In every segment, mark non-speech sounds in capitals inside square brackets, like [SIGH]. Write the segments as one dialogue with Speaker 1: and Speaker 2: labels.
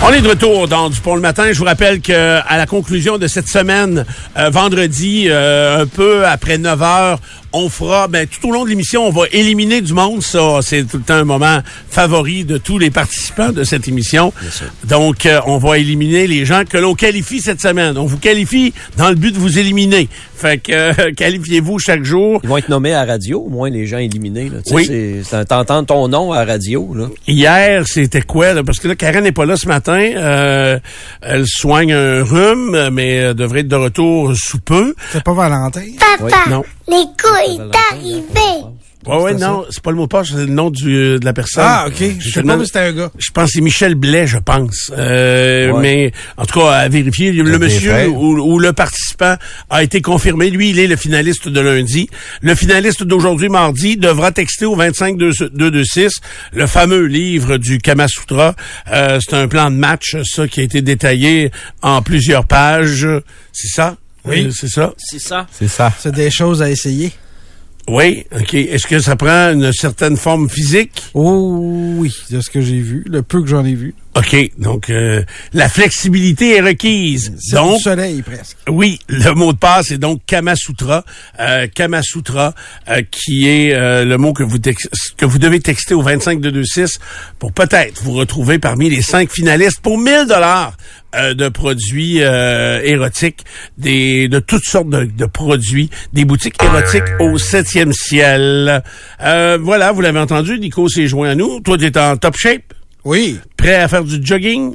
Speaker 1: On est de retour dans Dupont le matin. Je vous rappelle que à la conclusion de cette semaine, euh, vendredi, euh, un peu après 9 heures, on fera, ben, tout au long de l'émission, on va éliminer du monde. Ça, c'est tout le temps un moment favori de tous les participants de cette émission. Donc, euh, on va éliminer les gens que l'on qualifie cette semaine. On vous qualifie dans le but de vous éliminer. Fait que euh, [LAUGHS] qualifiez-vous chaque jour.
Speaker 2: Ils vont être nommés à radio, au moins les gens éliminés. Là. Tu sais,
Speaker 1: Oui.
Speaker 2: c'est- c'est un- T'entends ton nom à radio. Là.
Speaker 1: Hier, c'était quoi? là? Parce que là, Karen n'est pas là ce matin. Euh, elle soigne un rhume, mais elle devrait être de retour sous peu.
Speaker 3: C'est pas Valentin.
Speaker 4: Papa,
Speaker 1: non.
Speaker 4: les couilles est arrivé.
Speaker 1: Ouais, ouais, non, c'est pas le mot de passe, c'est le nom du, de la personne.
Speaker 3: Ah, ok. Je sais pas
Speaker 1: Tellement-
Speaker 3: si c'était un gars.
Speaker 1: Je pense que c'est Michel Blais, je pense. Euh,
Speaker 2: Ouais.
Speaker 1: Mais en tout cas, à vérifier, le, monsieur
Speaker 5: frères.
Speaker 1: ou, ou le participant a été confirmé. Lui, il est le finaliste de lundi. Le finaliste d'aujourd'hui, mardi, devra texter au 25-226 le fameux livre du Kama Sutra. Euh, c'est un plan de match, ça, qui a été détaillé en plusieurs pages. C'est ça? Oui. c'est ça?
Speaker 2: C'est ça.
Speaker 5: C'est ça.
Speaker 3: C'est des choses à essayer.
Speaker 1: Oui, OK. Est-ce que ça prend une certaine forme physique?
Speaker 3: Oh oui, de ce que j'ai vu, le peu que j'en ai vu.
Speaker 1: OK, donc euh, la flexibilité est requise.
Speaker 3: C'est
Speaker 1: Donc,
Speaker 3: du soleil presque.
Speaker 1: oui, le mot de passe est donc Kamasutra. Euh, Kamasutra, euh, qui est euh, le mot que vous tex- que vous devez texter au 25226 pour peut-être vous retrouver parmi les cinq finalistes pour 1000 dollars de produits euh, érotiques, des de toutes sortes de, de produits, des boutiques érotiques au 7e ciel. Euh, voilà, vous l'avez entendu, Nico s'est joint à nous. Toi, tu es en top shape,
Speaker 3: Oui,
Speaker 1: prêt à faire du jogging.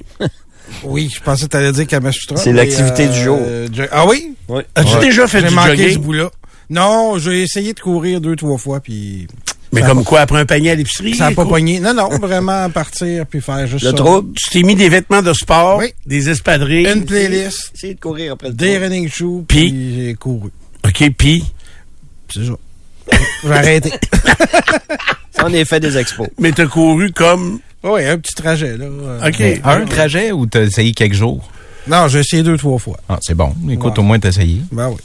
Speaker 3: oui, je pensais que t'allais dire Kamasutra.
Speaker 2: C'est
Speaker 3: mais,
Speaker 2: l'activité du jour.
Speaker 3: je- Ah oui?
Speaker 2: Oui.
Speaker 1: As-tu déjà fait
Speaker 3: J'ai
Speaker 1: du
Speaker 3: manqué
Speaker 1: jogging?
Speaker 3: ce bout-là. Non, j'ai essayé de courir deux, trois fois, puis
Speaker 1: Mais
Speaker 3: Ça a
Speaker 1: comme quoi, après un panier à l'épicerie?
Speaker 3: ça n'a pas
Speaker 1: quoi?
Speaker 3: poigné. Non, non, vraiment [LAUGHS] partir, puis faire juste
Speaker 2: Le
Speaker 3: ça.
Speaker 2: trouble,
Speaker 1: Tu t'es mis des vêtements de sport,
Speaker 3: Oui.
Speaker 1: des espadrilles.
Speaker 3: Une playlist,
Speaker 2: c'est de courir après le
Speaker 3: des running shoes,
Speaker 1: Puis-
Speaker 3: puis j'ai couru.
Speaker 1: OK, puis...
Speaker 3: C'est ça. J'ai arrêté.
Speaker 2: Ça en est fait des expos.
Speaker 1: Mais t'as couru comme...
Speaker 3: Oui, un petit trajet, là. Euh,
Speaker 1: OK.
Speaker 5: Un trajet ou t'as essayé quelques jours?
Speaker 3: Non, j'ai essayé deux, trois fois.
Speaker 5: Ah, c'est bon. Écoute,
Speaker 3: Ouais.
Speaker 5: au moins t'as essayé.
Speaker 3: Ben oui.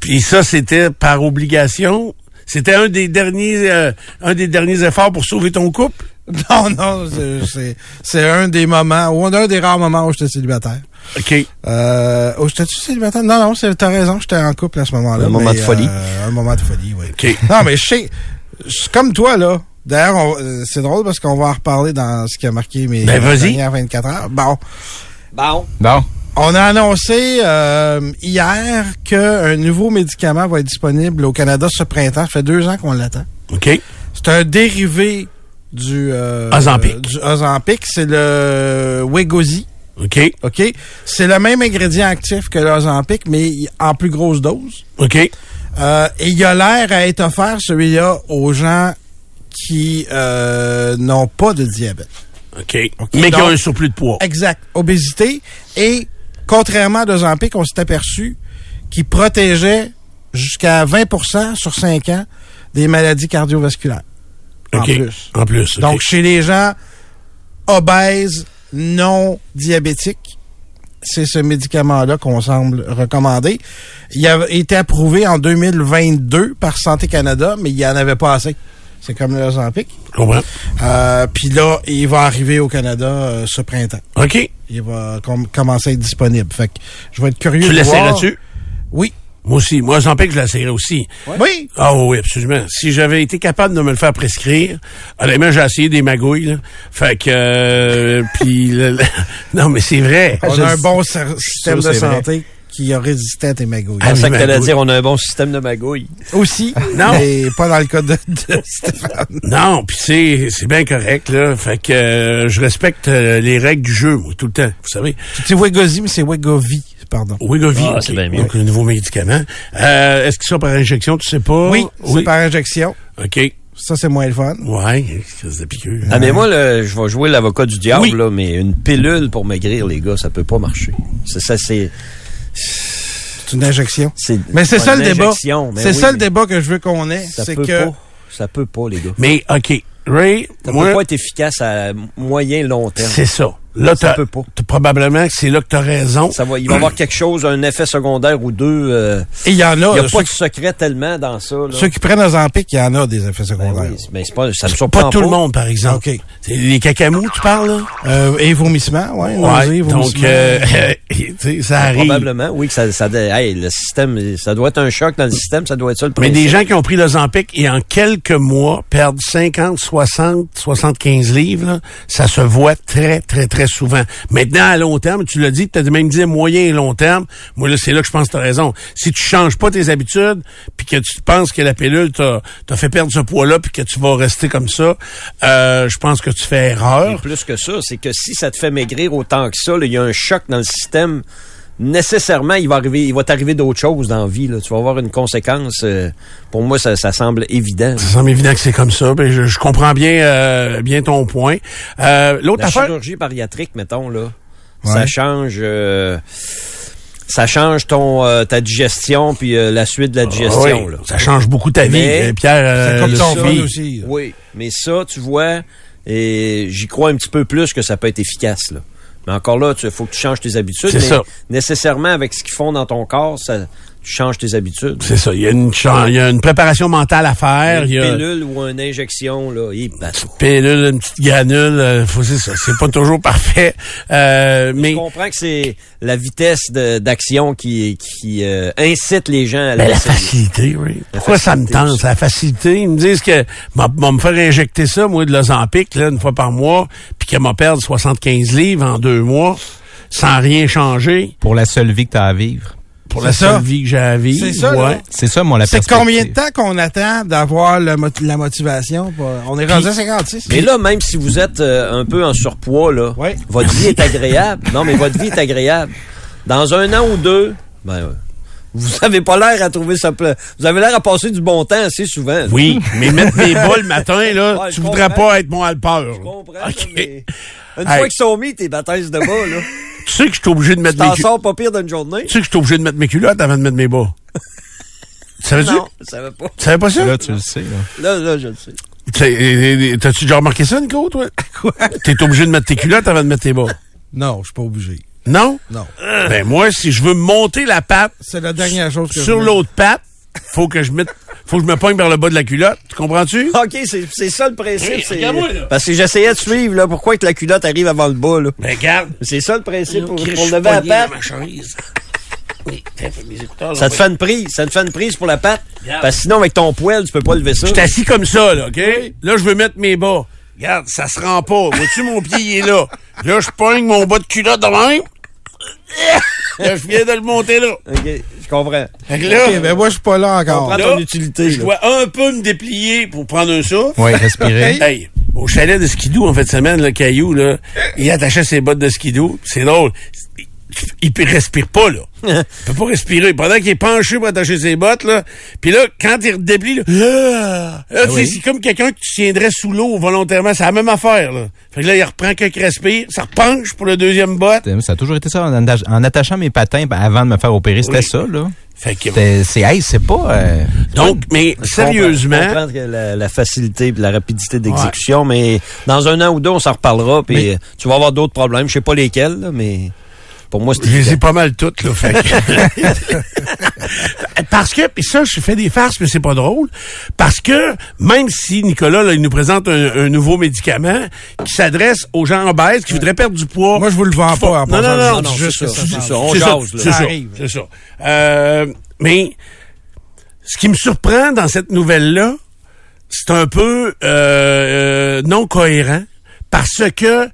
Speaker 1: Puis ça, c'était par obligation. C'était un des derniers euh, un des derniers efforts pour sauver ton couple.
Speaker 3: [LAUGHS] Non, non, c'est- c'est- c'est un des moments, ou un des rares moments où j'étais célibataire.
Speaker 1: OK.
Speaker 3: Euh, où j'étais-tu célibataire? Non, non, c'est- t'as raison, j'étais en couple à ce moment-là.
Speaker 2: Un moment
Speaker 3: mais,
Speaker 2: de folie.
Speaker 3: euh, un moment de folie, oui.
Speaker 1: OK.
Speaker 3: [LAUGHS] Non, mais je sais, je suis comme toi, là. D'ailleurs, on- euh, c'est drôle parce qu'on va en reparler dans ce qui a marqué mes
Speaker 1: Ben, vas-y.
Speaker 3: dernières 24 heures. Bon,
Speaker 2: [LAUGHS] Bon.
Speaker 5: Bon.
Speaker 3: on a annoncé euh, hier qu'un nouveau médicament va être disponible au Canada ce printemps. Ça fait deux ans qu'on l'attend.
Speaker 1: OK.
Speaker 3: C'est un dérivé du... Euh,
Speaker 1: Ozempic.
Speaker 3: euh, Du Ozempic, c'est le Wegozy,
Speaker 1: OK.
Speaker 3: OK? C'est le même ingrédient actif que le Ozempic, mais en plus grosse dose.
Speaker 1: OK.
Speaker 3: Euh, et il a l'air à être offert, celui-là, aux gens qui euh, n'ont pas de diabète.
Speaker 1: OK. Mais qui
Speaker 3: donc-
Speaker 1: ont un surplus de poids.
Speaker 3: Exact. Obésité. Et contrairement à Ozempic, on s'est aperçu qu'il protégeait jusqu'à 20 sur 5 ans des maladies cardiovasculaires. En
Speaker 1: OK.
Speaker 3: plus.
Speaker 1: En plus, OK.
Speaker 3: Donc, chez les gens obèses, non diabétiques, c'est ce médicament-là qu'on semble recommander. Il a été approuvé en 2022 par Santé Canada, mais il n'y en avait pas assez. C'est comme le Ozempic.
Speaker 1: Je comprends.
Speaker 3: Euh, Puis là, il va arriver au Canada euh, ce printemps.
Speaker 1: OK.
Speaker 3: Il va com- commencer à être disponible. Fait que je vais être
Speaker 1: Tu
Speaker 3: curieux de voir.
Speaker 1: l'essaieras-tu?
Speaker 3: Oui.
Speaker 1: Moi aussi. Moi, j'en paie que je l'essayerais aussi.
Speaker 3: Oui.
Speaker 1: Ah oui, absolument. Si j'avais été capable de me le faire prescrire, honnêtement, j'ai essayé des magouilles. là. Fait que... [LAUGHS] euh, puis... le- le- non, mais c'est vrai.
Speaker 3: On
Speaker 2: Je
Speaker 3: a un
Speaker 2: sais-
Speaker 3: bon ser- système
Speaker 5: sûr,
Speaker 3: de
Speaker 5: c'est vrai.
Speaker 3: santé qui a résisté à tes magouilles.
Speaker 1: Ah,
Speaker 2: C'est ça que t'allais
Speaker 1: magouille.
Speaker 2: dire, on a un bon système de magouille.
Speaker 3: Aussi,
Speaker 1: Non.
Speaker 3: mais pas dans le cas de, de Stéphane.
Speaker 1: Non, puis c'est c'est bien correct là. Fait que euh, je respecte euh, les règles du jeu moi, tout le temps, vous savez.
Speaker 3: C'est Wegozy, mais c'est Wegovy, pardon.
Speaker 1: Wegovy,
Speaker 2: Ah,
Speaker 1: ok.
Speaker 2: c'est bien mieux.
Speaker 1: donc un nouveau médicament. Euh, Est-ce que ça par injection, tu sais pas
Speaker 3: oui, c'est par injection.
Speaker 1: Ok.
Speaker 3: Ça, c'est moins le fun.
Speaker 1: Ouais, c'est de hein. piqûre.
Speaker 2: Ah, mais moi, là, je vais jouer l'avocat du diable,
Speaker 1: Oui.
Speaker 2: là, mais une pilule pour maigrir, les gars, ça peut pas marcher. C'est ça, c'est.
Speaker 3: C'est une injection.
Speaker 2: c'est-
Speaker 3: Mais c'est
Speaker 2: pas
Speaker 3: ça le
Speaker 2: une
Speaker 3: débat.
Speaker 2: injection, mais
Speaker 3: C'est
Speaker 2: oui,
Speaker 3: ça le
Speaker 2: mais
Speaker 3: débat que je veux qu'on ait.
Speaker 2: Ça
Speaker 3: C'est
Speaker 2: peut
Speaker 3: que.
Speaker 2: pas. Ça peut pas, les gars.
Speaker 1: Mais ok, Ray,
Speaker 2: Ça
Speaker 1: moi,
Speaker 2: peut pas être efficace à moyen, long terme.
Speaker 1: c'est ça. Là,
Speaker 2: Ça
Speaker 1: t'as-
Speaker 2: peut pas.
Speaker 1: t'as probablement que c'est là que t'as raison.
Speaker 2: Ça va, il va y avoir quelque chose, un effet secondaire ou deux. euh,
Speaker 3: Et il y en a.
Speaker 2: Il n'y a
Speaker 3: là,
Speaker 2: pas
Speaker 3: ceux,
Speaker 2: de secret tellement dans ça. Là.
Speaker 3: ceux qui prennent Ozempic, il y en a des effets
Speaker 2: Ben
Speaker 3: secondaires.
Speaker 2: oui, c'est- ben, c'est pas, ça me
Speaker 1: C'est
Speaker 2: surprend
Speaker 1: pas tout le monde, par exemple. Ok. Les cacamous, tu parles là?
Speaker 3: Euh, et vomissements, ouais. nausées,
Speaker 1: Ouais, donc,
Speaker 3: vomissements.
Speaker 2: [LAUGHS]
Speaker 1: euh, [LAUGHS] tu sais, ça arrive.
Speaker 2: Probablement, oui, que ça, ça, hey, le système, ça doit être un choc dans le système, ça doit être ça le
Speaker 1: Mais
Speaker 2: principe.
Speaker 1: des gens qui ont pris l'Ozempic et en quelques mois perdent 50, 60, 75 livres, là, ça se voit très, très, très souvent. Maintenant, à long terme, tu l'as dit, tu as même dit moyen et long terme. Moi, là, c'est là que je pense que tu as raison. Si tu changes pas tes habitudes, puis que tu penses que la pilule t'a t'a fait perdre ce poids-là, puis que tu vas rester comme ça, euh, je pense que tu fais
Speaker 2: Et
Speaker 1: erreur.
Speaker 2: plus que ça, c'est que si ça te fait maigrir autant que ça, là, il y a un choc dans le système. Nécessairement, il va arriver, il va t'arriver d'autres choses dans la vie. Là. Tu vas avoir une conséquence. euh, pour moi, ça, ça semble évident.
Speaker 1: Ça semble évident que c'est comme ça. Ben, je, je comprends bien euh, bien ton point. Euh, L'autre
Speaker 2: La
Speaker 1: affaire...
Speaker 2: chirurgie bariatrique, mettons là,
Speaker 3: Ouais.
Speaker 2: ça change. euh, ça change ton euh, ta digestion puis euh, la suite de la digestion
Speaker 1: Ah oui,
Speaker 2: là.
Speaker 1: ça change beaucoup ta vie,
Speaker 2: Mais-
Speaker 1: euh, Pierre. euh,
Speaker 3: C'est comme
Speaker 1: le
Speaker 3: ton
Speaker 1: suivi.
Speaker 3: fun aussi. là.
Speaker 2: Oui, mais ça, tu vois, et j'y crois un petit peu plus que ça peut être efficace. Là. Mais encore là, il faut que tu changes tes habitudes.
Speaker 1: C'est
Speaker 2: mais
Speaker 1: ça.
Speaker 2: Nécessairement, avec ce qu'ils font dans ton corps, ça, tu changes tes habitudes.
Speaker 1: C'est ça. Il y, a une chan- il y a une préparation mentale à faire.
Speaker 2: Une
Speaker 1: Il y a une
Speaker 2: pilule ou une injection, là, et bateau.
Speaker 1: pilule, une petite granule. euh, faut- c'est ça. C'est pas toujours [LAUGHS] parfait. Euh, mais
Speaker 2: Je comprends que c'est la vitesse de- d'action qui, qui euh, incite les gens à
Speaker 1: Ben, la
Speaker 2: l'essayer.
Speaker 1: facilité, oui. Pourquoi ça me
Speaker 2: facilité
Speaker 1: tente,
Speaker 2: aussi.
Speaker 1: la facilité? Ils me disent que m'a m'a me faire injecter ça, moi, de l'Ozempic, là, une fois par mois, puis qu'elle m'a perdu 75 livres en deux mois, sans rien changer,
Speaker 5: Pour la seule vie que t'as à vivre.
Speaker 1: pour la
Speaker 3: C'est
Speaker 1: seule
Speaker 3: ça.
Speaker 1: vie que j'ai à vivre.
Speaker 3: C'est ça, là.
Speaker 1: ouais.
Speaker 5: C'est ça, mon la
Speaker 3: C'est
Speaker 5: perspective.
Speaker 3: combien de temps qu'on attend d'avoir le mot- la motivation? pour- On est rendu à 56.
Speaker 2: Mais là, même si vous êtes euh, un peu en surpoids, là,
Speaker 3: Ouais.
Speaker 2: votre vie est agréable. Non, mais votre vie est agréable. Dans un an ou deux, ben, euh, vous avez pas l'air à trouver ça pla- Vous avez l'air à passer du bon temps assez souvent. là.
Speaker 1: Oui, mais mettre mes bas le matin, là,
Speaker 2: [LAUGHS] Ouais, je
Speaker 1: tu voudrais
Speaker 2: comprends.
Speaker 1: pas être mon alpeur.
Speaker 2: Je comprends.
Speaker 1: OK.
Speaker 2: ça, mais Une
Speaker 1: Hey.
Speaker 2: fois qu'ils sont mis, tes baptêses de
Speaker 1: [LAUGHS]
Speaker 2: bas, là,
Speaker 1: Tu sais que je suis obligé de mettre mes
Speaker 2: t'en
Speaker 1: cu-
Speaker 2: sors pas pire d'une journée.
Speaker 1: Tu sais que je suis obligé de mettre mes culottes avant de mettre mes
Speaker 2: [LAUGHS]
Speaker 1: bas. tu savais-tu?
Speaker 2: Non, ça va pas.
Speaker 1: Tu savais pas ça?
Speaker 5: Là, tu le sais.
Speaker 2: Là,
Speaker 5: Là.
Speaker 2: là, je le sais.
Speaker 1: Tu sais, et- et- T'as-tu déjà remarqué ça, Nico,
Speaker 2: [LAUGHS]
Speaker 1: toi? Quoi? T'es obligé de mettre tes culottes avant de mettre tes bas.
Speaker 3: Non, je suis pas obligé.
Speaker 1: Non?
Speaker 3: Non.
Speaker 1: Ben moi, si je veux monter la patte
Speaker 3: C'est la dernière chose que
Speaker 1: sur
Speaker 3: je-
Speaker 1: l'autre patte, faut que je mette, faut que je me pogne vers le bas de la culotte. Tu
Speaker 2: [LAUGHS]
Speaker 1: comprends-tu?
Speaker 2: OK, c'est- c'est ça le principe.
Speaker 1: Oui,
Speaker 2: c'est-
Speaker 1: regarde-moi, là.
Speaker 2: Parce que j'essayais de suivre, là, pourquoi que la culotte arrive avant le bas, là.
Speaker 1: Ben regarde.
Speaker 2: C'est ça le principe pour, pour
Speaker 1: Je
Speaker 2: le
Speaker 1: suis
Speaker 2: lever à
Speaker 1: pogné dans
Speaker 2: patte.
Speaker 1: ma chaise. Oui, t'as fait mes écouteurs,
Speaker 2: Ça
Speaker 1: là,
Speaker 2: te fait une prise, ça te fait une prise pour la patte. Parce que sinon, avec ton poil, tu peux pas lever ça.
Speaker 1: Je suis assis comme ça, là, OK? Là, je veux mettre mes bas. Regarde, ça se rend pas. Vois-tu, mon pied, il est là. Là, je pogne mon bas de culotte de même. Là, je viens de le monter, là.
Speaker 2: OK, je comprends.
Speaker 1: Fait que là,
Speaker 3: Ok, ben moi, je suis pas là
Speaker 2: Je
Speaker 3: encore.
Speaker 2: comprends
Speaker 1: Là,
Speaker 2: ton utilité.
Speaker 1: je
Speaker 2: là.
Speaker 1: dois un peu me déplier pour prendre un souffle.
Speaker 5: [LAUGHS] Oui, respirer.
Speaker 1: Hey, au chalet de skidoo, en fait, semaine, le caillou, là, il attachait ses bottes de skidoo. C'est drôle. Il, il respire pas,
Speaker 2: [LAUGHS]
Speaker 1: là. Il peut pas respirer. Pendant qu'il est penché pour attacher ses bottes, là, puis là, quand il redéplie, là, Ah! là,
Speaker 2: Ah
Speaker 1: tu sais, c'est comme quelqu'un que tu tiendrais sous l'eau volontairement. C'est la même affaire, là. Fait que là, il reprend quelques respire, ça repenche pour le deuxième botte.
Speaker 5: Ça a toujours été ça. En, en attachant mes patins ben, avant de me faire opérer, c'était
Speaker 1: Oui.
Speaker 5: ça, là.
Speaker 1: Fait que,
Speaker 5: C'était- C'est, hey, c'est pas... euh,
Speaker 1: donc, mais
Speaker 2: Je comprends- Je
Speaker 1: sérieusement,
Speaker 2: comprends que la, la facilité et la rapidité d'exécution, mais dans un an ou deux, on s'en reparlera, puis euh, tu vas avoir d'autres problèmes. Je sais pas lesquels, là, mais pour moi, c'est
Speaker 1: Je les ai
Speaker 2: évident.
Speaker 1: pas mal toutes, là. Fait que- [LAUGHS] parce que, puis ça, je fais des farces, mais c'est pas drôle. Parce que, même si Nicolas, là, il nous présente un, un nouveau médicament qui s'adresse aux gens obèses qui voudraient perdre du poids.
Speaker 3: Moi, je vous le vends
Speaker 1: qui font-
Speaker 3: pas, en
Speaker 1: Non,
Speaker 3: passant,
Speaker 1: non, non,
Speaker 3: je dis
Speaker 1: non,
Speaker 3: juste
Speaker 1: c'est
Speaker 3: que
Speaker 1: ça.
Speaker 3: ça
Speaker 2: s'en va.
Speaker 1: C'est ça,
Speaker 2: jase, là.
Speaker 1: c'est
Speaker 3: Ça
Speaker 1: ça,
Speaker 3: arrive.
Speaker 1: c'est ça. Euh, mais, ce qui me surprend dans cette nouvelle-là, c'est un peu euh, euh, non cohérent parce que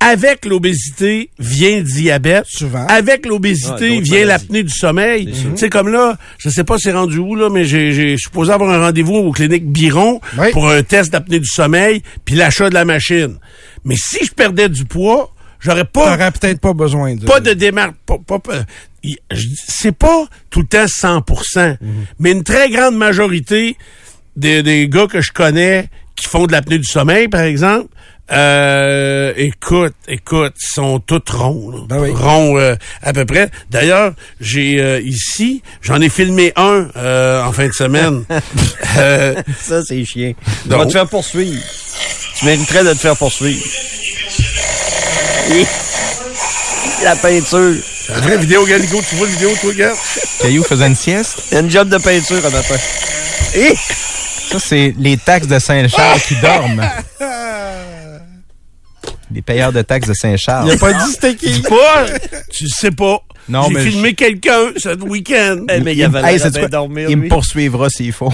Speaker 1: Avec l'obésité vient le diabète.
Speaker 3: Souvent.
Speaker 1: Avec
Speaker 2: Ouais,
Speaker 1: l'obésité
Speaker 2: d'autres
Speaker 1: vient
Speaker 2: maladies.
Speaker 1: l'apnée du sommeil. Tu sais, comme là, je sais pas c'est rendu où, là, mais j'ai, j'ai je suis supposé avoir un rendez-vous aux cliniques Biron
Speaker 3: Oui.
Speaker 1: pour un test d'apnée du sommeil puis l'achat de la machine. Mais si je perdais du poids, j'aurais pas
Speaker 3: T'aurais peut-être pas besoin de.
Speaker 1: pas de démarche. Pas, pas- pas- y- je dis- c'est pas tout le temps 100%, mais une très grande majorité des, des gars que je connais qui font de l'apnée du sommeil, par exemple, euh, écoute, écoute, ils sont tous ronds, là.
Speaker 3: Ben oui.
Speaker 1: ronds euh, à peu près. D'ailleurs, j'ai euh, ici, j'en ai filmé un euh, en fin de semaine. Euh,
Speaker 2: [LAUGHS] Ça, c'est chiant. Tu
Speaker 1: Non.
Speaker 2: vas te faire poursuivre. Tu mériterais de te faire poursuivre. Et- La peinture.
Speaker 1: la vraie vidéo, Gallico, tu vois la vidéo, toi, gars?
Speaker 5: Caillou faisait une sieste.
Speaker 2: Une job de peinture à matin. Et-
Speaker 5: Ça, c'est les taxes de Saint-Charles qui dorment. Les payeurs de taxes de Saint-Charles.
Speaker 3: Il a pas dit c'était qui.
Speaker 1: Pas, tu sais pas.
Speaker 5: Non,
Speaker 1: j'ai
Speaker 5: mais
Speaker 1: filmé quelqu'un ce week-end.
Speaker 2: Eh, mais il avait
Speaker 5: Hey,
Speaker 2: l'air à
Speaker 5: sais-tu
Speaker 2: bien
Speaker 5: quoi?
Speaker 2: dormir.
Speaker 5: Il me
Speaker 2: Lui.
Speaker 5: poursuivra s'il faut.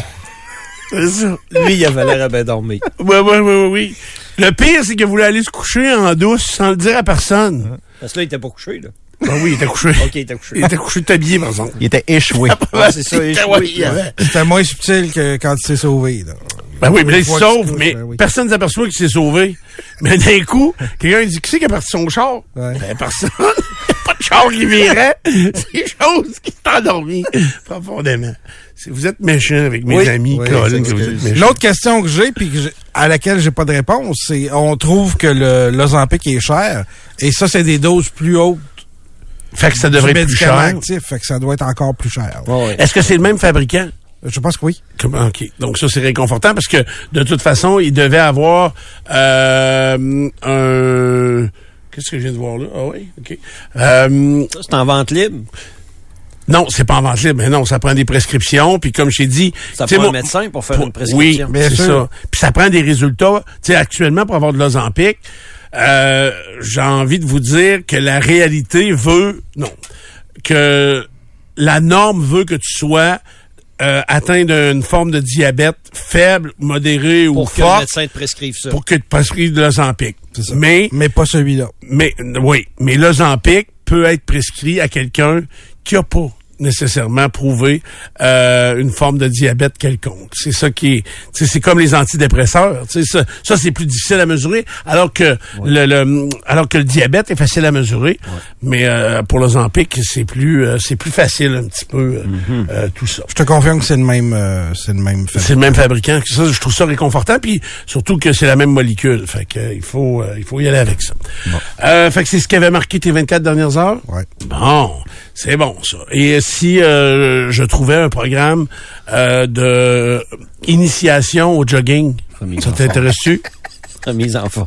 Speaker 1: C'est ça.
Speaker 2: Lui, il avait l'air à bien dormir.
Speaker 1: Oui, oui, oui, oui, oui. Le pire, c'est que vous voulez aller se coucher en douce sans le dire à personne.
Speaker 2: Parce que là, il était pas couché, là.
Speaker 1: Ben oui, il était couché.
Speaker 2: OK, il était couché.
Speaker 1: Il était couché tablier, par exemple.
Speaker 5: Il était échoué.
Speaker 2: Ouais, c'est ça, il est
Speaker 1: Ah,
Speaker 2: chaud.
Speaker 1: ouais, il avait-
Speaker 3: C'était moins subtil que quand il s'est sauvé. Là.
Speaker 1: Ben oui, mais là, il se
Speaker 3: Une fois qu'il se
Speaker 1: sauve,
Speaker 3: couche,
Speaker 1: mais
Speaker 3: ben oui.
Speaker 1: personne ne s'aperçoit qu'il s'est sauvé. Mais d'un coup, quelqu'un dit, qui c'est qui a parti son char?
Speaker 3: Ouais.
Speaker 1: Ben, personne. [LAUGHS] Pas de char qui virait. C'est chose qui s'est endormie profondément. Si vous êtes méchant avec mes
Speaker 3: Oui.
Speaker 1: amis,
Speaker 3: Oui,
Speaker 1: Colin,
Speaker 3: c'est
Speaker 1: que vous êtes méchant.
Speaker 3: L'autre question que j'ai, puis que j'ai- à laquelle j'ai pas de réponse, c'est on trouve que le l'Ozempic est cher, et ça, c'est des doses plus hautes
Speaker 1: Fait que ça
Speaker 3: du
Speaker 1: devrait être plus
Speaker 3: médicament
Speaker 1: cher.
Speaker 3: actif, fait que ça doit être encore plus cher.
Speaker 2: Ouais, ouais.
Speaker 1: Est-ce que c'est le même fabricant?
Speaker 3: Je pense que oui.
Speaker 1: Comme- OK. Donc ça, c'est réconfortant parce que de toute façon, il devait avoir euh, un. Qu'est-ce que je viens de voir là? Ah oui, OK. Euh,
Speaker 2: Ça, c'est en vente libre.
Speaker 1: non, c'est pas en vente libre, mais non, ça prend des prescriptions. Puis comme je t'ai dit.
Speaker 2: Ça
Speaker 1: tu sais,
Speaker 2: prend un
Speaker 1: moi-
Speaker 2: médecin pour faire
Speaker 1: pour-
Speaker 2: une prescription.
Speaker 1: Oui,
Speaker 3: Bien
Speaker 1: c'est
Speaker 3: sûr.
Speaker 1: ça. Puis ça prend des résultats. Tu sais, actuellement, pour avoir de l'Ozempic, euh, j'ai envie de vous dire que la réalité veut... Non. Que la norme veut que tu sois euh, atteint d'une forme de diabète faible, modérée ou
Speaker 2: Pour que le
Speaker 1: forte
Speaker 2: médecin te prescrive ça.
Speaker 1: pour que tu prescrives de l'Ozempic.
Speaker 3: ça.
Speaker 1: Mais
Speaker 3: Mais pas celui-là.
Speaker 1: mais euh, oui, mais l'Ozempic peut être prescrit à quelqu'un qui a pas nécessairement prouvé euh, une forme de diabète quelconque. C'est ça qui est, tu sais, c'est comme les antidépresseurs. tu sais, Ça, ça c'est plus difficile à mesurer, alors que le, le- alors que le diabète est facile à mesurer, mais euh, pour l'Ozempic c'est plus euh, c'est plus facile un petit peu euh, euh, tout ça.
Speaker 3: Je te confirme que c'est le même, euh, c'est le même. fait.
Speaker 1: C'est le même fabricant. Ça, je trouve ça réconfortant. Puis surtout que c'est la même molécule. Fait que euh, il faut, euh, il faut y aller avec ça. Euh, fait que c'est ce qui avait marqué tes 24 dernières heures.
Speaker 3: Ouais.
Speaker 1: Bon, c'est bon ça. Et si euh, je trouvais un programme euh, de initiation au jogging,
Speaker 2: Famille
Speaker 1: ça t'intéresse-tu?
Speaker 2: Mise en fond.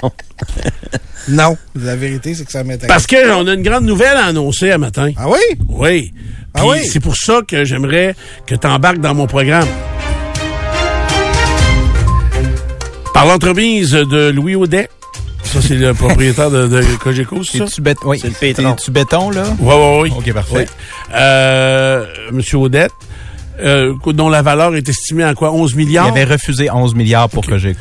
Speaker 3: Non, la vérité c'est que ça m'intéresse.
Speaker 1: Parce que on a une grande nouvelle à annoncer à matin.
Speaker 3: Ah oui?
Speaker 1: Oui.
Speaker 3: Ah
Speaker 1: Puis
Speaker 3: oui?
Speaker 1: C'est pour ça que j'aimerais que tu embarques dans mon programme. Par l'entremise de Louis Audet, ça c'est le propriétaire de, de Cogeco, c'est ça?
Speaker 5: C'est-tu bét- oui.
Speaker 2: C'est le pétron.
Speaker 5: C'est-tu béton, là?
Speaker 1: Oui, oui, oui.
Speaker 5: OK, parfait.
Speaker 1: Oui. Euh, Monsieur Audet, euh, dont la valeur est estimée à quoi? 11
Speaker 5: Il
Speaker 1: milliards?
Speaker 5: avait refusé 11 milliards pour que j'ai.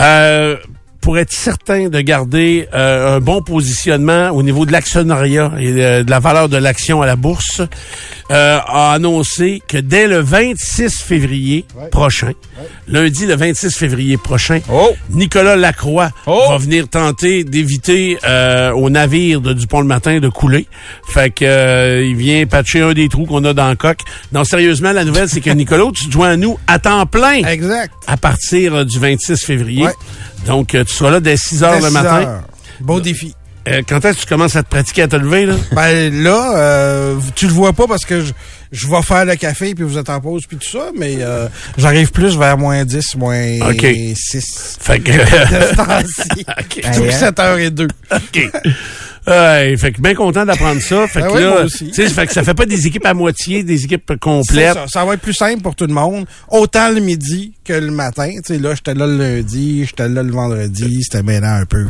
Speaker 1: Euh, pour être certain de garder euh, un bon positionnement au niveau de l'actionnariat et euh, de la valeur de l'action à la bourse, euh, a annoncé que dès le 26 février prochain, lundi le 26 février prochain,
Speaker 5: Oh!
Speaker 1: Nicolas Lacroix
Speaker 5: Oh!
Speaker 1: va venir tenter d'éviter euh, au navire de Dupont le matin de couler. Fait que euh, il vient patcher un des trous qu'on a dans le coque. Non, sérieusement, la nouvelle, c'est
Speaker 5: [LAUGHS]
Speaker 1: que Nicolas, tu te joins à nous à temps plein
Speaker 3: Exact.
Speaker 1: à partir euh, du 26 février.
Speaker 3: Ouais.
Speaker 1: Donc, euh, tu seras là dès 6 heures
Speaker 3: Dès
Speaker 1: le
Speaker 3: six
Speaker 1: matin.
Speaker 3: heures. Beau défi.
Speaker 1: Euh, quand est-ce que tu commences à te pratiquer à te lever, [LAUGHS] là?
Speaker 3: Ben là, euh, tu le vois pas parce que je, je vais faire le café puis vous êtes en pause puis tout ça, mais euh, j'arrive plus vers moins 10, moins
Speaker 1: Ok.
Speaker 3: 6.
Speaker 1: Fait que...
Speaker 3: [LAUGHS]
Speaker 1: euh,
Speaker 3: De ce temps-ci.
Speaker 1: [LAUGHS] OK.
Speaker 3: Tout 7h02.
Speaker 1: OK. Ouais, fait que bien content d'apprendre ça. Fait que
Speaker 3: Ben oui,
Speaker 1: là,
Speaker 3: moi aussi.
Speaker 1: tu sais, fait que ça fait pas des équipes à moitié, des équipes
Speaker 3: C'est
Speaker 1: complètes.
Speaker 3: Ça, ça va être plus simple pour tout le monde. Autant le midi que le matin. Tu sais, là, j'étais là le lundi, j'étais là le vendredi, c'était mêlant un peu.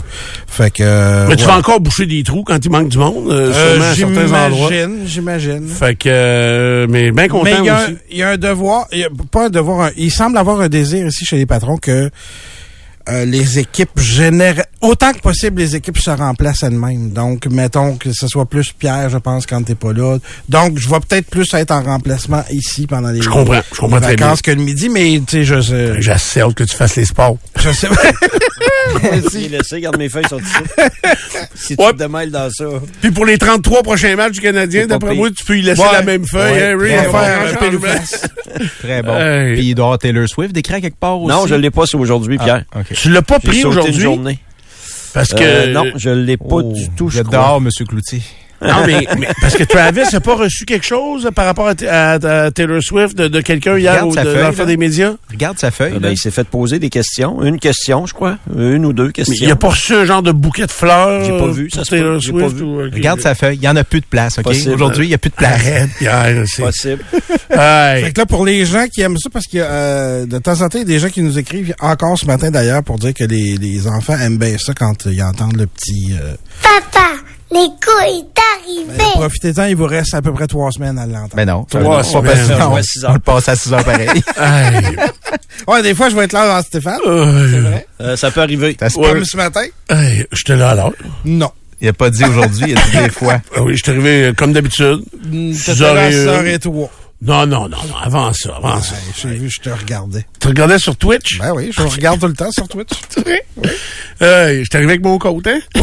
Speaker 3: Fait que... euh,
Speaker 1: Mais tu vas
Speaker 3: ouais.
Speaker 1: encore boucher des trous quand il manque du monde, Ben euh,
Speaker 3: Euh,
Speaker 1: sûrement à certains endroits.
Speaker 3: J'imagine, j'imagine.
Speaker 1: Fait que, euh, mais bien
Speaker 3: Mais
Speaker 1: content
Speaker 3: il y, a un-
Speaker 1: aussi.
Speaker 3: il y a un devoir, il y a pas un devoir, un- il semble avoir un désir ici chez les patrons que euh, les équipes générales, autant que possible, les équipes se remplacent elles-mêmes. Donc, mettons que ce soit plus Pierre, je pense, quand t'es pas là. Donc, je vais peut-être plus être en remplacement ici pendant les,
Speaker 1: Je comprends, je comprends
Speaker 3: les
Speaker 1: très bien.
Speaker 3: vacances que le midi, mais tu sais, je sais,
Speaker 1: J'ai assez hâte Euh, que tu fasses les sports.
Speaker 3: je sais [LAUGHS]
Speaker 2: Je laissé, regarde mes feuilles sont ici. Si tu
Speaker 1: Ouais.
Speaker 2: te démêles dans ça.
Speaker 1: Puis pour les 33 prochains matchs du Canadien,
Speaker 2: C'est pas
Speaker 1: d'après
Speaker 2: pire.
Speaker 1: moi, tu peux y laisser
Speaker 3: Ouais.
Speaker 1: la même feuille.
Speaker 3: Ouais,
Speaker 1: hein, Ray,
Speaker 3: très
Speaker 1: on va
Speaker 3: bon.
Speaker 1: faire un
Speaker 3: Change
Speaker 1: peu de-
Speaker 5: Très bon.
Speaker 1: Hey.
Speaker 5: Puis il doit avoir Taylor Swift décrit à quelque part aussi.
Speaker 2: Euh, Non, je l'ai pas c'est aujourd'hui, Pierre.
Speaker 5: Ah, OK.
Speaker 1: Tu l'as pas
Speaker 2: J'ai
Speaker 1: pris
Speaker 2: sauté une
Speaker 1: aujourd'hui
Speaker 2: journée.
Speaker 1: parce que
Speaker 2: Euh, non, je l'ai pas
Speaker 5: Oh,
Speaker 2: du tout,
Speaker 5: vous
Speaker 2: je
Speaker 5: êtes
Speaker 2: crois.
Speaker 5: dehors, Monsieur Cloutier.
Speaker 1: [LAUGHS] Non, mais, mais parce que Travis n'a pas reçu quelque chose par rapport à, à- à Taylor Swift de, de quelqu'un hier
Speaker 5: Regarde
Speaker 1: ou de
Speaker 5: sa feuille,
Speaker 1: l'enfant
Speaker 5: là.
Speaker 1: des médias.
Speaker 5: Regarde sa feuille.
Speaker 2: Eh ben,
Speaker 5: là.
Speaker 2: il s'est fait poser des questions. Une question, je crois. Une ou deux
Speaker 1: Mais
Speaker 2: questions.
Speaker 1: il a pas reçu un genre de bouquet de fleurs.
Speaker 2: J'ai pas
Speaker 1: euh,
Speaker 2: vu,
Speaker 1: pour
Speaker 2: ça se peut,
Speaker 1: Taylor
Speaker 2: j'ai pas
Speaker 1: Swift.
Speaker 2: vu.
Speaker 1: ou- ok.
Speaker 5: Regarde sa feuille. Il n'y en a plus de place, OK?
Speaker 2: Possible.
Speaker 5: Aujourd'hui, il n'y a plus de place.
Speaker 1: Arrête, Pierre. C'est...
Speaker 2: Possible.
Speaker 1: Hey.
Speaker 3: Fait que là, pour les gens qui aiment ça, parce que euh, de temps en temps, il y a des gens qui nous écrivent encore ce matin d'ailleurs pour dire que les, les enfants aiment bien ça quand euh, ils entendent le petit. euh,
Speaker 4: Papa, l'écho est
Speaker 3: Mais
Speaker 4: arrivé.
Speaker 3: [LAUGHS] Profitez-en, il vous reste à peu près trois semaines à l'entendre.
Speaker 5: Mais Ben non.
Speaker 1: Trois
Speaker 5: on
Speaker 1: semaines.
Speaker 5: passe-
Speaker 3: Non.
Speaker 5: on- on le passe à 6 heures pareil.
Speaker 1: Hey.
Speaker 3: Ouais, des fois, je vais être là avant Stéphane.
Speaker 2: [LAUGHS]
Speaker 1: Euh,
Speaker 2: Euh, ça peut arriver.
Speaker 5: Ça se
Speaker 3: Comme
Speaker 5: peut.
Speaker 3: ce matin.
Speaker 1: hey, J'étais là alors.
Speaker 3: Non.
Speaker 5: Il n'a pas dit aujourd'hui, il a dit des fois.
Speaker 1: Ah oui, je suis arrivé euh, comme d'habitude.
Speaker 3: C'était
Speaker 1: J'aurais
Speaker 3: la
Speaker 1: eu-
Speaker 3: soirée et toi.
Speaker 1: Non, non, non, non, avant ça, avant ça.
Speaker 3: Hey, J'ai vu, je te regardais.
Speaker 1: Tu regardais sur Twitch?
Speaker 3: Ben oui, je regarde tout le temps sur Twitch.
Speaker 1: Hey, je suis arrivé avec mon compte, hein?
Speaker 3: [LAUGHS] oui,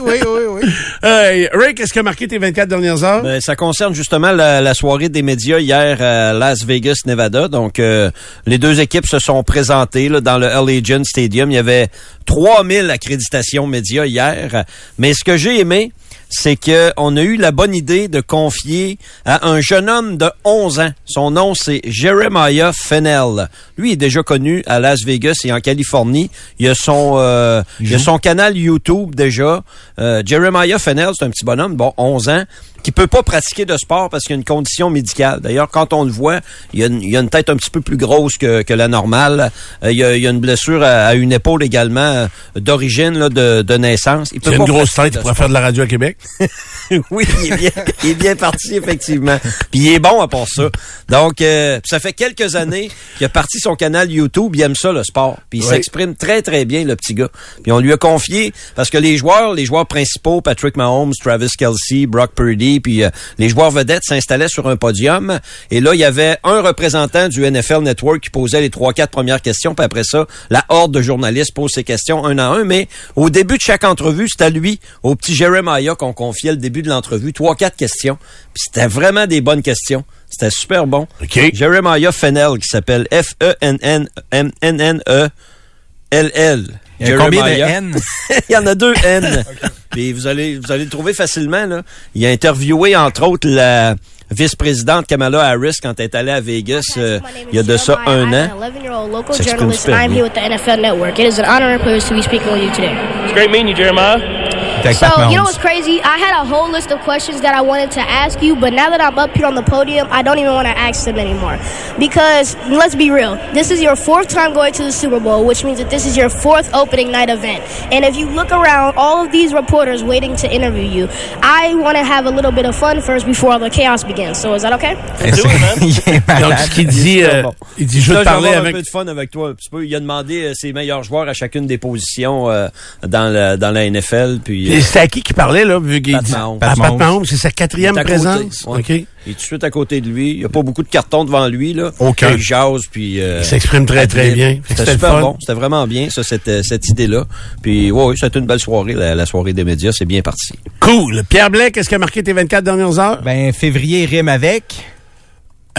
Speaker 3: oui, oui.
Speaker 1: hey, Ray, qu'est-ce qui a marqué tes 24 dernières heures?
Speaker 2: Ben, ça concerne justement la, la soirée des médias hier à Las Vegas, Nevada. Donc, euh, les deux équipes se sont présentées là, dans le Allegiant Stadium. Il y avait 3000 accréditations médias hier. Mais ce que j'ai aimé, c'est que on a eu la bonne idée de confier à un jeune homme de 11 ans. Son nom, c'est Jeremiah Fennell. Lui est déjà connu à Las Vegas et en Californie. Il a son, euh, il a son canal YouTube déjà. Euh, Jeremiah Fennell, c'est un petit bonhomme, bon, 11 ans, qui peut pas pratiquer de sport parce qu'il a une condition médicale. D'ailleurs, quand on le voit, il a une, il a une tête un petit peu plus grosse que, que la normale. Euh, il, a, il a une blessure à, à une épaule également euh, d'origine là, de, de naissance. Il peut
Speaker 1: Tu as une
Speaker 2: pas
Speaker 1: grosse
Speaker 2: pratiquer [LAUGHS]
Speaker 1: tête,
Speaker 2: de
Speaker 1: tu pourrais faire de la radio à Québec.
Speaker 2: oui, il est bien, il est bien parti, effectivement. Puis il est bon à part ça. Donc, euh, ça fait quelques années qu'il a parti son canal YouTube. Il aime ça, le sport. Puis il
Speaker 1: Oui.
Speaker 2: s'exprime très, très bien, le petit gars. Puis on lui a confié, parce que les joueurs, les joueurs principaux, Patrick Mahomes, Travis Kelsey, Brock Purdy, puis euh, les joueurs vedettes s'installaient sur un podium. Et là, il y avait un représentant du NFL Network qui posait les trois, quatre premières questions. Puis après ça, la horde de journalistes pose ses questions un à un. Mais au début de chaque entrevue, c'est à lui, au petit Jeremiah, qu'on confiait le début de l'entrevue, trois, quatre questions. Puis c'était vraiment des bonnes questions. C'était super bon.
Speaker 1: OK.
Speaker 2: Jeremiah Fennell, qui s'appelle E F-E-N-N-M-N-N-E. L-L.
Speaker 5: Il y a combien de
Speaker 2: E Jeremiah.
Speaker 5: N?
Speaker 2: [LAUGHS] Il y en a deux N. Puis vous allez, vous allez le trouver facilement. Là. Il a interviewé, entre autres, la vice-présidente Kamala Harris quand elle est allée à Vegas euh, il y a de ça un an. Ça s'exprime super bien.
Speaker 6: It's great meeting you, Jeremiah.
Speaker 5: T'es avec Pat
Speaker 7: So, you know
Speaker 5: Mahomes.
Speaker 7: what's crazy? I had a whole list of questions that I wanted to ask you, but now that I'm up here on the podium, I don't even want to ask them anymore. Because, let's be real, this is your fourth time going to the Super Bowl, which means that this is your fourth opening night event. And if you look around, all of these reporters waiting to interview you, I want to have a little bit of fun first before all the chaos begins. So, is that okay?
Speaker 5: [LAUGHS] Il est
Speaker 1: Donc,
Speaker 5: malade.
Speaker 1: ce qu'il dit,
Speaker 2: super
Speaker 1: euh,
Speaker 2: bon.
Speaker 1: il dit, je veux
Speaker 2: Là,
Speaker 1: te
Speaker 2: je vais
Speaker 1: parler
Speaker 2: avoir un
Speaker 1: avec...
Speaker 2: peu de fun avec toi un petit peu. Il a demandé euh, ses meilleurs joueurs à chacune des positions euh, dans, la, dans la NFL. Puis, euh,
Speaker 1: Et C'est à qui qui parlait, là, vu qu'il
Speaker 2: Pat
Speaker 1: dit...
Speaker 2: Mahomes.
Speaker 1: Ah,
Speaker 5: Pat
Speaker 1: Pat
Speaker 5: Mahomes.
Speaker 1: Mahomes, c'est sa quatrième
Speaker 2: Il est à
Speaker 1: présence.
Speaker 2: côté, ouais.
Speaker 1: OK.
Speaker 2: Il est tout de suite à côté de lui. Il n'y a pas beaucoup de cartons devant lui. Là.
Speaker 1: Aucun.
Speaker 2: Il jase, puis... euh,
Speaker 1: Il s'exprime
Speaker 5: Ah,
Speaker 1: très, très bien.
Speaker 2: C'était
Speaker 1: C'était le
Speaker 2: super
Speaker 1: fun.
Speaker 2: bon. C'était vraiment bien, ça, cette, euh, cette idée-là. Puis, ouais, ouais, c'était une belle soirée, la, la soirée des médias. C'est bien parti.
Speaker 1: Cool. Pierre Blais, qu'est-ce qui a marqué tes 24 dernières heures?
Speaker 5: Ben, février rime avec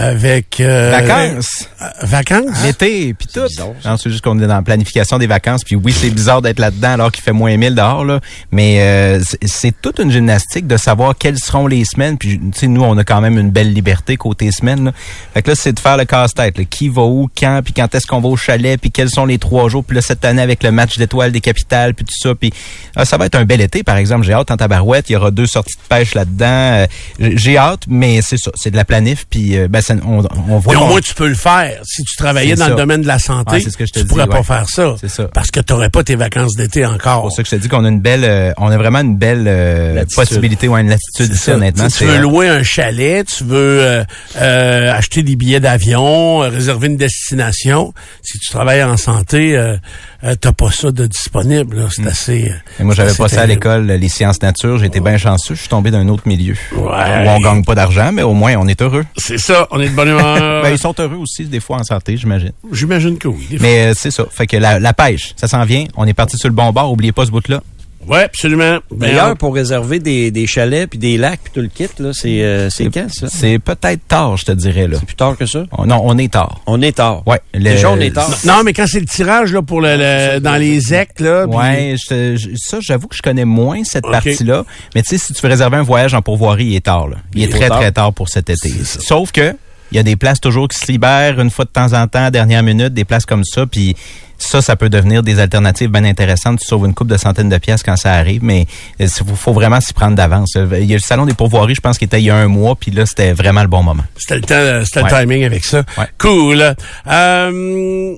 Speaker 1: Avec... euh,
Speaker 5: vacances,
Speaker 1: euh, vacances?
Speaker 5: l'été, puis tout.
Speaker 2: bizarre, ça.
Speaker 5: Non, c'est juste qu'on est dans la planification des vacances, puis oui, c'est bizarre d'être là-dedans alors qu'il fait moins 1000 dehors, là. Mais euh, c'est- c'est toute une gymnastique de savoir quelles seront les semaines. Puis, tu sais, nous, on a quand même une belle liberté côté semaine, là. Fait que là, c'est de faire le casse-tête, là. Qui va où, quand, puis quand est-ce qu'on va au chalet, puis quels sont les trois jours. Puis là, cette année, avec le match d'étoiles des capitales, puis tout ça. Puis ah, ça va être un bel été, par exemple. J'ai hâte en tabarouette. Il y aura deux sorties de pêche là-dedans. Euh, j'ai- j'ai hâte, mais c'est ça. C'est de la planif, puis euh, ben, ça ça- on, on voit
Speaker 1: Mais au
Speaker 5: qu'on-
Speaker 1: moins, tu peux le faire. Si tu travaillais
Speaker 5: C'est
Speaker 1: dans le
Speaker 5: ça.
Speaker 1: domaine de la santé,
Speaker 5: Ouais, c'est ce que je te
Speaker 1: tu
Speaker 5: dis,
Speaker 1: pourrais pas
Speaker 5: ouais.
Speaker 1: faire ça.
Speaker 5: C'est ça.
Speaker 1: Parce que tu n'aurais pas tes vacances d'été encore.
Speaker 5: C'est pour ça que je te dis qu'on a une belle, euh, on a vraiment une belle euh,
Speaker 2: Latitude.
Speaker 5: possibilité, ouais, une latitude ici,
Speaker 1: ça.
Speaker 5: honnêtement.
Speaker 1: Tu- tu
Speaker 5: c'est- euh,
Speaker 1: veux louer un chalet, tu veux euh, euh, acheter des billets d'avion, euh, réserver une destination. Si tu travailles en santé, euh, euh, t'as pas ça de disponible. là. C'est assez. euh,
Speaker 5: Hmm. Mais moi,
Speaker 1: c'est
Speaker 5: j'avais
Speaker 1: assez
Speaker 5: pas ça à
Speaker 1: terrible.
Speaker 5: l'école, les sciences nature. J'étais bien chanceux. Je suis tombé d'un autre milieu
Speaker 1: Ouais.
Speaker 5: où on gagne pas d'argent, mais au moins on est heureux.
Speaker 1: C'est ça, on est de
Speaker 5: [LAUGHS]
Speaker 1: bonne humeur.
Speaker 5: Ben, ils sont heureux aussi des fois en santé, j'imagine.
Speaker 1: J'imagine que oui. des fois.
Speaker 5: Mais euh, c'est ça. Fait que la, la pêche, ça s'en vient. On est parti sur le bon bord. Oubliez pas ce bout-là.
Speaker 1: Ouais, absolument.
Speaker 2: D'ailleurs, pour réserver des, des chalets, puis des lacs, puis tout le kit, là, c'est euh, c'est quand, ça?
Speaker 5: C'est peut-être tard, je te dirais là.
Speaker 2: C'est plus tard que ça?
Speaker 5: On- non, on est tard.
Speaker 2: On est tard.
Speaker 5: Ouais, le-
Speaker 2: Déjà, on est tard.
Speaker 1: non, mais quand c'est le tirage là pour le, le- dans les ecs là, puis-
Speaker 5: Ah, Ouais, je te- je- ça, j'avoue que je connais moins cette
Speaker 1: Ok.
Speaker 5: partie-là. Mais tu sais, si tu veux réserver un voyage en pourvoirie, il est tard. Là. Il, est
Speaker 2: est
Speaker 5: très,
Speaker 2: tard.
Speaker 5: très tard pour cet été. Sauf que il y a des places toujours qui se libèrent une fois de temps en temps, dernière minute, des places comme ça. Puis ça, ça peut devenir des alternatives bien intéressantes. Tu sauves une coupe de centaines de pièces quand ça arrive, mais il faut, faut vraiment s'y prendre d'avance. Euh, Il y a le salon des pourvoiries, je pense, qui était il y a un mois, puis là, c'était vraiment le bon moment.
Speaker 1: C'était le temps, euh, c'était le
Speaker 5: Ouais.
Speaker 1: timing avec ça.
Speaker 5: Ouais.
Speaker 1: Cool. Euh,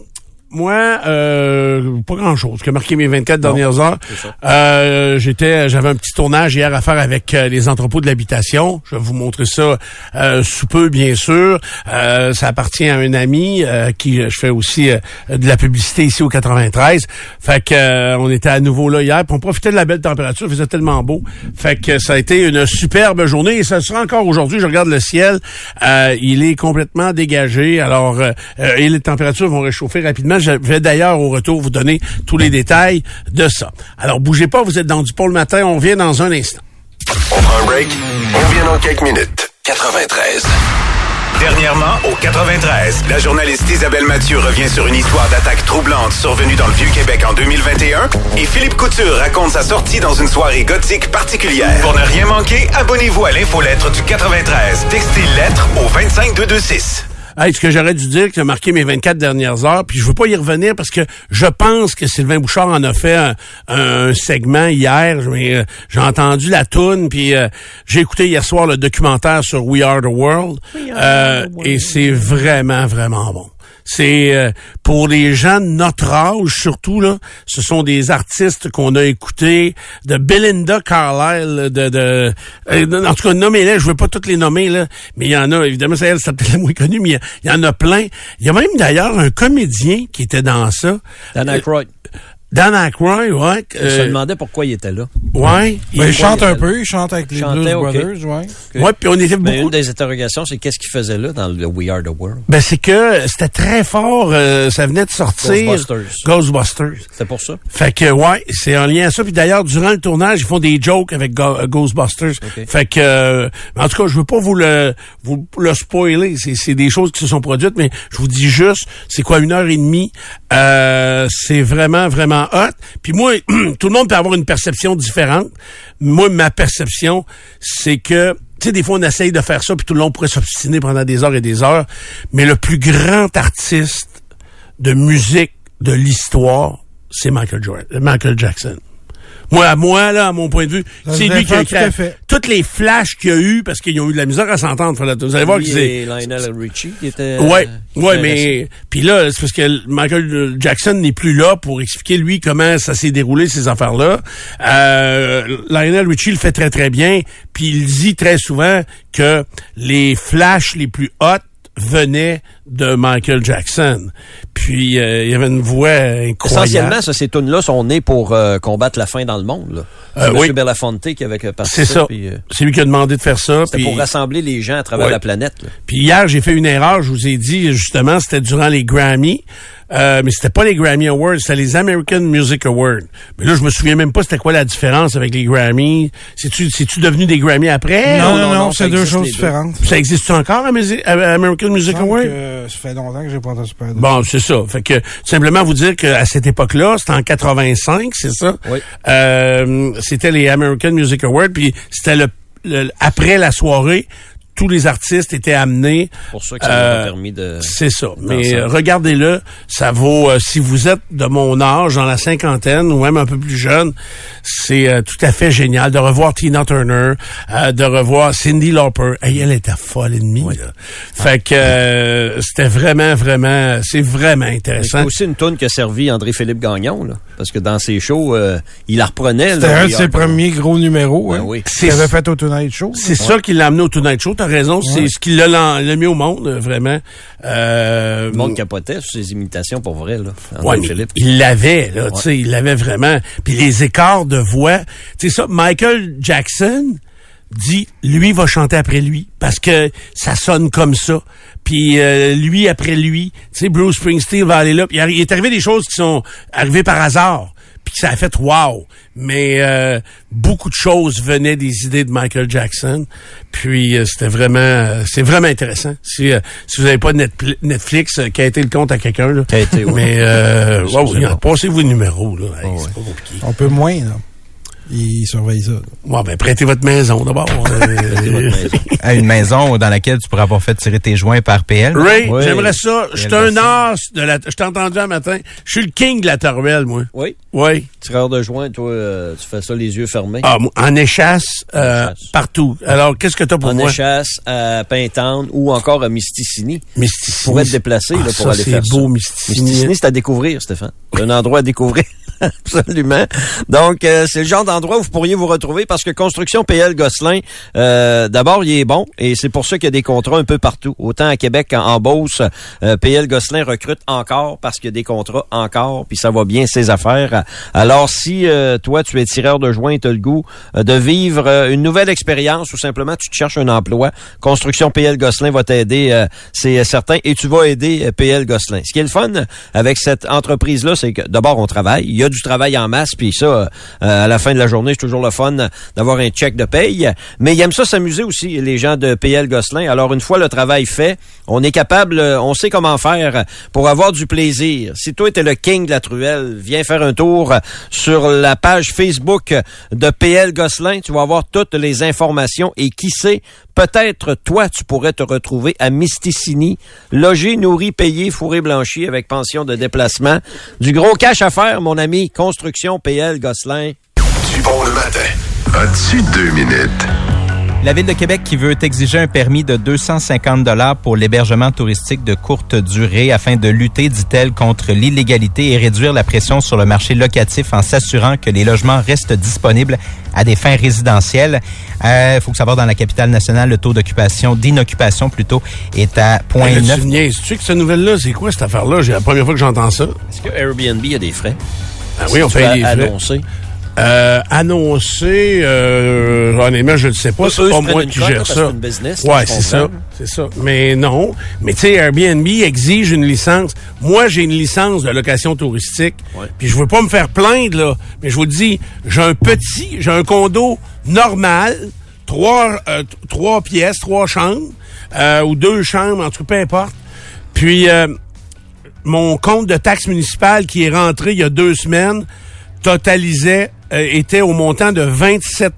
Speaker 1: moi, euh, pas grand chose. Que marqué mes 24 dernières heures. Euh, j'étais, j'avais un petit tournage hier à faire avec euh, les entrepôts de l'habitation. Je vais vous montrer ça euh, sous peu, bien sûr. Euh, ça appartient à un ami euh, qui, je fais aussi euh, de la publicité ici au 93. Fait que euh, on était à nouveau là hier. puis on profitait de la belle température. Il faisait tellement beau. Fait que ça a été une superbe journée et ça sera encore aujourd'hui. Je regarde le ciel. Euh, il est complètement dégagé. Alors, euh, euh, et les températures vont réchauffer rapidement. Je vais d'ailleurs au retour vous donner tous les détails de ça. Alors, bougez pas, vous êtes dans du pont le matin. On vient dans un instant.
Speaker 8: On prend un break. On revient dans quelques minutes. 93. Dernièrement, au 93, la journaliste Isabelle Mathieu revient sur une histoire d'attaque troublante survenue dans le Vieux-Québec en 2021 et Philippe Couture raconte sa sortie dans une soirée gothique particulière. Pour ne rien manquer, abonnez-vous à l'infolettre du 93. Textez lettre au 25226.
Speaker 1: Hey, ce que j'aurais dû dire, qui a marqué mes 24 dernières heures, puis je veux pas y revenir parce que je pense que Sylvain Bouchard en a fait un, un segment hier. J'ai euh, j'ai entendu la toune, puis euh, j'ai écouté hier soir le documentaire sur We Are the World, euh, et c'est vraiment, vraiment bon. C'est euh, pour les gens de notre âge surtout là, ce sont des artistes qu'on a écoutés de Belinda Carlisle de, de euh, en tout cas nommez-les, je veux pas toutes les nommer là, mais il y en a évidemment c'est elle c'est peut-être la moins connue mais il y a- il y, en a plein. Il y a même d'ailleurs un comédien qui était dans ça.
Speaker 2: Dan
Speaker 1: Euh,
Speaker 2: Aykroyd.
Speaker 1: Dan Aykroyd, ouais.
Speaker 2: Je
Speaker 1: euh,
Speaker 2: me demandais pourquoi il était là.
Speaker 1: ouais.
Speaker 3: Ben, il
Speaker 1: il-
Speaker 3: chante un peu, il chante avec les
Speaker 2: Chantait,
Speaker 3: Blues
Speaker 2: ok.
Speaker 3: Brothers, ouais.
Speaker 1: ouais, puis on était
Speaker 2: Mais
Speaker 1: beaucoup
Speaker 2: ben, une des interrogations, c'est qu'est-ce qu'il faisait là dans le We Are the World?
Speaker 1: ben c'est que c'était très fort, euh, ça venait de sortir
Speaker 2: Ghostbusters.
Speaker 1: Ghostbusters.
Speaker 2: C'était pour ça?
Speaker 1: Fait que ouais, c'est en lien à ça. Puis d'ailleurs, durant le tournage, ils font des jokes avec Go- euh, Ghostbusters.
Speaker 2: Ok.
Speaker 1: Fait que euh, en tout cas, je veux pas vous le vous le spoiler. C'est, c'est des choses qui se sont produites, mais je vous dis juste, c'est quoi une heure et demie. Euh, c'est vraiment vraiment hot. Puis moi, [CLEARS THROAT] tout le monde peut avoir une perception différente. Moi, ma perception, c'est que tu sais, des fois, on essaye de faire ça, puis tout le monde pourrait s'obstiner pendant des heures et des heures. Mais le plus grand artiste de musique de l'histoire, c'est Michael, Jordan, euh, Michael Jackson. Moi, à moi, là, à mon point de vue,
Speaker 3: Ça
Speaker 1: c'est
Speaker 3: se
Speaker 1: lui qui a
Speaker 3: défend tout
Speaker 1: créé
Speaker 3: à fait.
Speaker 1: toutes les flashs qu'il y a eu parce qu'ils ont eu de la misère à s'entendre. fallait- Vous allez voir que
Speaker 2: Lui
Speaker 1: c'est.
Speaker 2: et Lionel Richie qui était.
Speaker 1: Ouais,
Speaker 2: qui
Speaker 1: ouais,
Speaker 2: était resté.
Speaker 1: mais puis là, c'est parce que Michael Jackson n'est plus là pour expliquer lui comment ça s'est déroulé ces affaires-là. Euh, Lionel Richie le fait très très bien, puis il dit très souvent que les flashs les plus hot venaient de Michael Jackson. Puis euh, il y avait une voix incroyable.
Speaker 2: Essentiellement, ça, ces tunes-là sont nées pour euh, combattre la faim dans le monde. Là.
Speaker 1: Euh,
Speaker 2: C'est
Speaker 1: oui.
Speaker 2: Monsieur Belafonte qui avait euh, participé.
Speaker 1: c'est ça.
Speaker 2: puis, euh,
Speaker 1: C'est lui qui a demandé de faire ça.
Speaker 2: c'était
Speaker 1: puis-
Speaker 2: pour rassembler les gens à travers
Speaker 1: Ouais.
Speaker 2: la planète. là.
Speaker 1: Puis hier, j'ai fait une erreur, je vous ai dit, justement, c'était durant les Grammy. Euh, mais c'était pas les Grammy Awards, c'était les American Music Awards. Mais là, je me souviens même pas c'était quoi la différence avec les Grammy. C'est-tu, c'est-tu devenu des Grammy après? Euh,
Speaker 2: non,
Speaker 3: Non, non,
Speaker 2: non,
Speaker 3: non,
Speaker 2: ça
Speaker 3: c'est deux
Speaker 2: existe,
Speaker 3: choses
Speaker 2: les deux.
Speaker 3: différentes.
Speaker 1: Ça existe encore, à Musi- à American Music
Speaker 3: Donc,
Speaker 1: Awards?
Speaker 3: euh, ça fait longtemps que j'ai pas entendu parler de
Speaker 1: Bon, c'est ça. Fait que simplement vous dire qu'à cette époque-là, c'était en 85, c'est ça.
Speaker 2: Oui.
Speaker 1: Euh, c'était les American Music Awards, puis c'était le, le- après la soirée. tous les artistes étaient amenés. euh,
Speaker 2: Pour ceux qui ça leur a permis de-
Speaker 1: C'est ça. Mais
Speaker 2: D'ensemble.
Speaker 1: euh, regardez-le, ça vaut. euh, si vous êtes de mon âge, dans la cinquantaine ou même un peu plus jeune, c'est euh, tout à fait génial de revoir Tina Turner, euh, de revoir Cindy Lauper. Hey, elle était folle ennemie. là. Fait que euh, c'était vraiment, vraiment, c'est vraiment
Speaker 2: Mais
Speaker 1: intéressant.
Speaker 2: C'est aussi une toune qui a servi André-Philippe Gagnon, là, parce que dans ses shows, euh, il la reprenait.
Speaker 3: C'était
Speaker 2: là,
Speaker 3: un de
Speaker 2: il
Speaker 3: ses
Speaker 2: a-
Speaker 3: premiers gros numéros
Speaker 2: Ben
Speaker 3: hein,
Speaker 2: oui.
Speaker 3: qu'il avait fait au Tonight Show.
Speaker 1: C'est ça qui l'a amené au Tonight Show, t'as raison. C'est ce qui l'a lan- le mieux au monde, euh, vraiment. Euh,
Speaker 2: Le monde capotait sur ses imitations pour vrai, là.
Speaker 1: ouais, mais
Speaker 2: André-Philippe.
Speaker 1: il l'avait, là,
Speaker 2: Ouais.
Speaker 1: tu sais, il l'avait vraiment. Puis les écarts de voix, tu sais ça, Michael Jackson dit, lui va chanter après lui, parce que ça sonne comme ça. Puis euh, lui après lui, tu sais, Bruce Springsteen va aller là. Puis il arri- il est arrivé des choses qui sont arrivées par hasard, puis que ça a fait wow. Mais euh, beaucoup de choses venaient des idées de Michael Jackson. Puis euh, c'était vraiment, euh, c'est vraiment intéressant. Si, euh, si vous n'avez pas Netpl- Netflix, euh, qui a été le compte à quelqu'un, là.
Speaker 2: Qui a été, ouais.
Speaker 1: Mais euh,
Speaker 2: Excusez-moi. Ah,
Speaker 1: wow, regarde, passez-vous le numéro, là. Hey, c'est pas compliqué.
Speaker 3: On peut moins, là. Il surveille ça.
Speaker 1: Ouais, ben, prêtez votre maison
Speaker 2: [LAUGHS]
Speaker 1: d'abord. Euh,
Speaker 5: à une maison dans laquelle tu pourrais avoir fait tirer tes joints par
Speaker 1: [LAUGHS]
Speaker 5: PL.
Speaker 1: Ray,
Speaker 2: Ouais.
Speaker 1: j'aimerais ça. Je suis un as de la. Je t'ai entendu un matin. Je suis le king de la Torwell, moi.
Speaker 2: Oui.
Speaker 1: Oui.
Speaker 2: Tireur de joint, toi, euh, tu fais ça les yeux fermés.
Speaker 1: Ah, moi, en échasse, euh,
Speaker 2: En échasse.
Speaker 1: partout. Alors, qu'est-ce que t'as pour
Speaker 2: en
Speaker 1: moi?
Speaker 2: échasse, à Pintante ou encore à Misticini.
Speaker 1: Mysticini.
Speaker 2: Pour être déplacé,
Speaker 1: Ah,
Speaker 2: là, pour
Speaker 1: ça,
Speaker 2: aller faire
Speaker 1: c'est beau,
Speaker 2: ça.
Speaker 1: Mysticini.
Speaker 2: Mysticini, c'est à découvrir, Stéphane. C'est un endroit à découvrir. [LAUGHS] Absolument. Donc, euh, c'est le genre d'endroit où vous pourriez vous retrouver parce que Construction PL Gosselin, euh, d'abord, il est bon et c'est pour ça qu'il y a des contrats un peu partout. Autant à Québec qu'en en Beauce, euh, PL Gosselin recrute encore parce qu'il y a des contrats encore puis ça va bien ses affaires. Alors, si euh, toi, tu es tireur de joint et tu as le goût euh, de vivre euh, une nouvelle expérience ou simplement tu te cherches un emploi, Construction PL Gosselin va t'aider, euh, c'est certain, et tu vas aider euh, PL Gosselin. Ce qui est le fun avec cette entreprise-là, c'est que d'abord, on travaille. Il y a du travail en masse, puis ça, euh, euh, à la fin de la journée, c'est toujours le fun euh, d'avoir un check de paye. Mais ils aiment ça s'amuser aussi, les gens de PL Gosselin. Alors, une fois le travail fait, on est capable, euh, on sait comment faire pour avoir du plaisir. Si toi, t'es le king de la truelle, viens faire un tour euh, sur la page Facebook de PL Gosselin. Tu vas avoir toutes les informations et qui sait, peut-être toi, tu pourrais te retrouver à Misticini, logé, nourri, payé, fourré, blanchi avec pension de déplacement. Du gros cash à faire, mon ami. Construction PL Gosselin.
Speaker 8: Du bon le matin. As-tu deux minutes?
Speaker 5: La Ville de Québec qui veut exiger un permis de 250 pour l'hébergement touristique de courte durée afin de lutter, dit-elle, contre l'illégalité et réduire la pression sur le marché locatif en s'assurant que les logements restent disponibles à des fins résidentielles. Il faut que savoir, dans la capitale nationale, le taux d'occupation, d'inoccupation plutôt, est à
Speaker 1: Hey, là,
Speaker 5: 0.9.
Speaker 1: tu me niaises. Tu sais que cette nouvelle-là, c'est quoi cette affaire-là? C'est la première fois que j'entends ça.
Speaker 2: Est-ce que Airbnb a des frais?
Speaker 1: Ah oui, on fait des frais.
Speaker 2: annoncer.
Speaker 1: Euh, annoncé, euh, honnêtement, je ne sais pas.
Speaker 2: Eux,
Speaker 1: C'est
Speaker 2: eux
Speaker 1: pas
Speaker 2: se prennent
Speaker 1: moi
Speaker 2: une
Speaker 1: qui
Speaker 2: cote,
Speaker 1: gère
Speaker 2: parce
Speaker 1: ça.
Speaker 2: que c'est une business,
Speaker 1: ouais,
Speaker 2: ils font
Speaker 1: c'est ça.
Speaker 2: ça.
Speaker 1: C'est ça. Mais non. Mais tu sais, Airbnb exige une licence. Moi, j'ai une licence de location touristique.
Speaker 2: Ouais.
Speaker 1: Puis je veux pas me faire plaindre, là. Mais je vous le dis, j'ai un petit, j'ai un condo normal, trois, euh, t- trois pièces, trois chambres, euh, ou deux chambres, en tout cas, peu importe. Puis, euh, mon compte de taxe municipale qui est rentré il y a deux semaines totalisait euh, était au montant de 27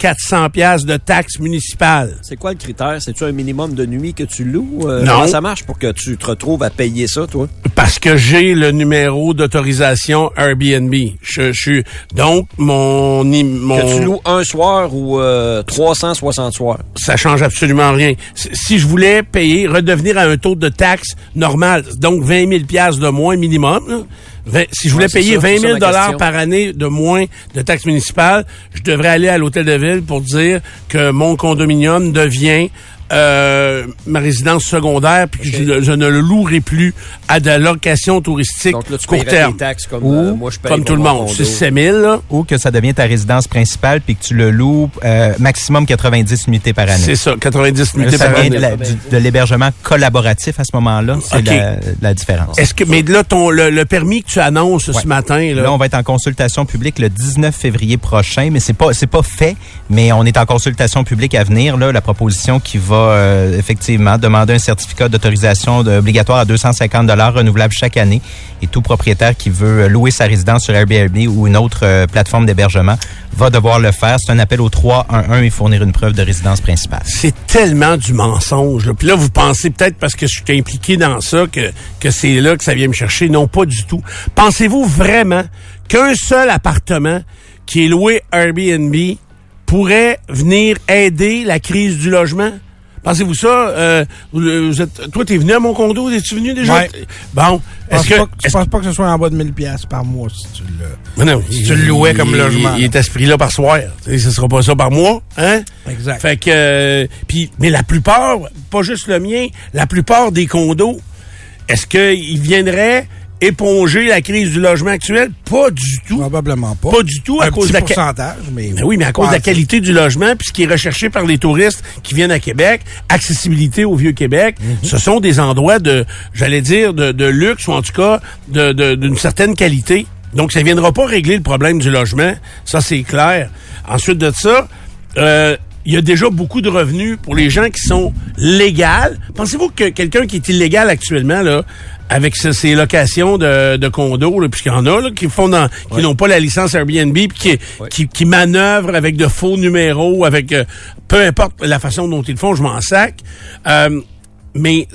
Speaker 1: 400 pièces de taxes municipales.
Speaker 2: C'est quoi le critère? C'est-tu un minimum de nuit que tu loues? Euh,
Speaker 1: Non.
Speaker 2: Comment ça marche pour que tu te retrouves à payer ça, toi?
Speaker 1: Parce que j'ai le numéro d'autorisation Airbnb. Je, je suis donc mon im- mon
Speaker 2: Que tu loues un soir ou euh, 360 soirs?
Speaker 1: ça change absolument rien. Si- Si je voulais payer, redevenir à un taux de taxe normal, donc 20 000 piastres de moins minimum, là, vingt- si je voulais
Speaker 2: Ouais, c'est
Speaker 1: payer
Speaker 2: ça,
Speaker 1: 20
Speaker 2: c'est ça
Speaker 1: 000
Speaker 2: ma
Speaker 1: dollars
Speaker 2: question.
Speaker 1: par année de moins de taxes municipales, je devrais aller à l'hôtel de ville pour dire que mon condominium devient euh, ma résidence secondaire puis que je, je ne le louerai plus à de la location touristique
Speaker 2: Donc là, tu
Speaker 1: court
Speaker 2: paierais
Speaker 1: terme.
Speaker 2: des taxes comme
Speaker 5: Ou,
Speaker 2: euh, moi, je paye
Speaker 1: Comme
Speaker 2: pour
Speaker 1: tout le
Speaker 2: mon
Speaker 1: monde,
Speaker 2: condo.
Speaker 1: c'est 7 000, là.
Speaker 5: ou que ça devient ta résidence principale puis que tu le loues euh, maximum 90 unités par année.
Speaker 1: C'est ça, 90 000
Speaker 5: Ça
Speaker 1: par
Speaker 5: vient
Speaker 1: année.
Speaker 5: de, la- du- de l'hébergement collaboratif à ce moment-là. C'est
Speaker 1: OK.
Speaker 5: la, la différence.
Speaker 1: Est-ce que mais là ton le, le permis que tu annonces
Speaker 5: Ouais.
Speaker 1: ce matin là,
Speaker 5: Là, on va être en consultation publique le 19 février prochain, mais c'est pas c'est pas fait, mais on est en consultation publique à venir là, la proposition qui va va euh, effectivement demander un certificat d'autorisation de- obligatoire à 250 dollars renouvelable chaque année. Et tout propriétaire qui veut euh, louer sa résidence sur Airbnb ou une autre euh, plateforme d'hébergement va devoir le faire. C'est un appel au 311 et fournir une preuve de résidence principale.
Speaker 1: C'est tellement du mensonge. là. Puis là, vous pensez peut-être parce que je suis impliqué dans ça que, que c'est là que ça vient me chercher. Non, pas du tout. Pensez-vous vraiment qu'un seul appartement qui est loué Airbnb pourrait venir aider la crise du logement? Pensez-vous ça? Euh, vous- vous êtes- toi, t'es venu à mon condo? Es-tu venu déjà?
Speaker 3: Ouais.
Speaker 1: Bon,
Speaker 3: Je pense
Speaker 1: est-ce que...
Speaker 3: pas que- je
Speaker 1: est-ce-
Speaker 3: pense pas que ce soit en bas de 1000 pièces par mois si tu
Speaker 1: Non, non,
Speaker 3: Si tu le louais comme
Speaker 1: il-
Speaker 3: logement.
Speaker 1: Il, est à ce prix-là par soir. Tu sais, Ce sera pas ça par mois. Hein?
Speaker 3: Exact.
Speaker 1: Fait que, euh, puis, mais la plupart, pas juste le mien, la plupart des condos, est-ce qu'ils viendraient éponger la crise du logement actuel? Pas du tout.
Speaker 3: Probablement pas.
Speaker 1: Pas du tout à
Speaker 3: Un
Speaker 1: cause
Speaker 3: petit
Speaker 1: de la ca-
Speaker 3: pourcentage, mais.
Speaker 1: Ben oui, mais à cause de la qualité du logement, puis ce qui est recherché par les touristes qui viennent à Québec, accessibilité au vieux Québec, ce sont des endroits de, j'allais dire, de, de luxe ou en tout cas de- de- d'une certaine qualité. Donc, ça viendra pas régler le problème du logement, ça c'est clair. Ensuite de ça, euh, il y a déjà beaucoup de revenus pour les gens qui sont légales. Pensez-vous que quelqu'un qui est illégal actuellement, là, avec ce- ces locations de, de condos, là, puisqu'il y en a là, qui font dans- qui n'ont pas la licence Airbnb, puis qui, qui, qui manœuvrent avec de faux numéros, avec euh, peu importe la façon dont ils le font, je m'en sac. Euh, mais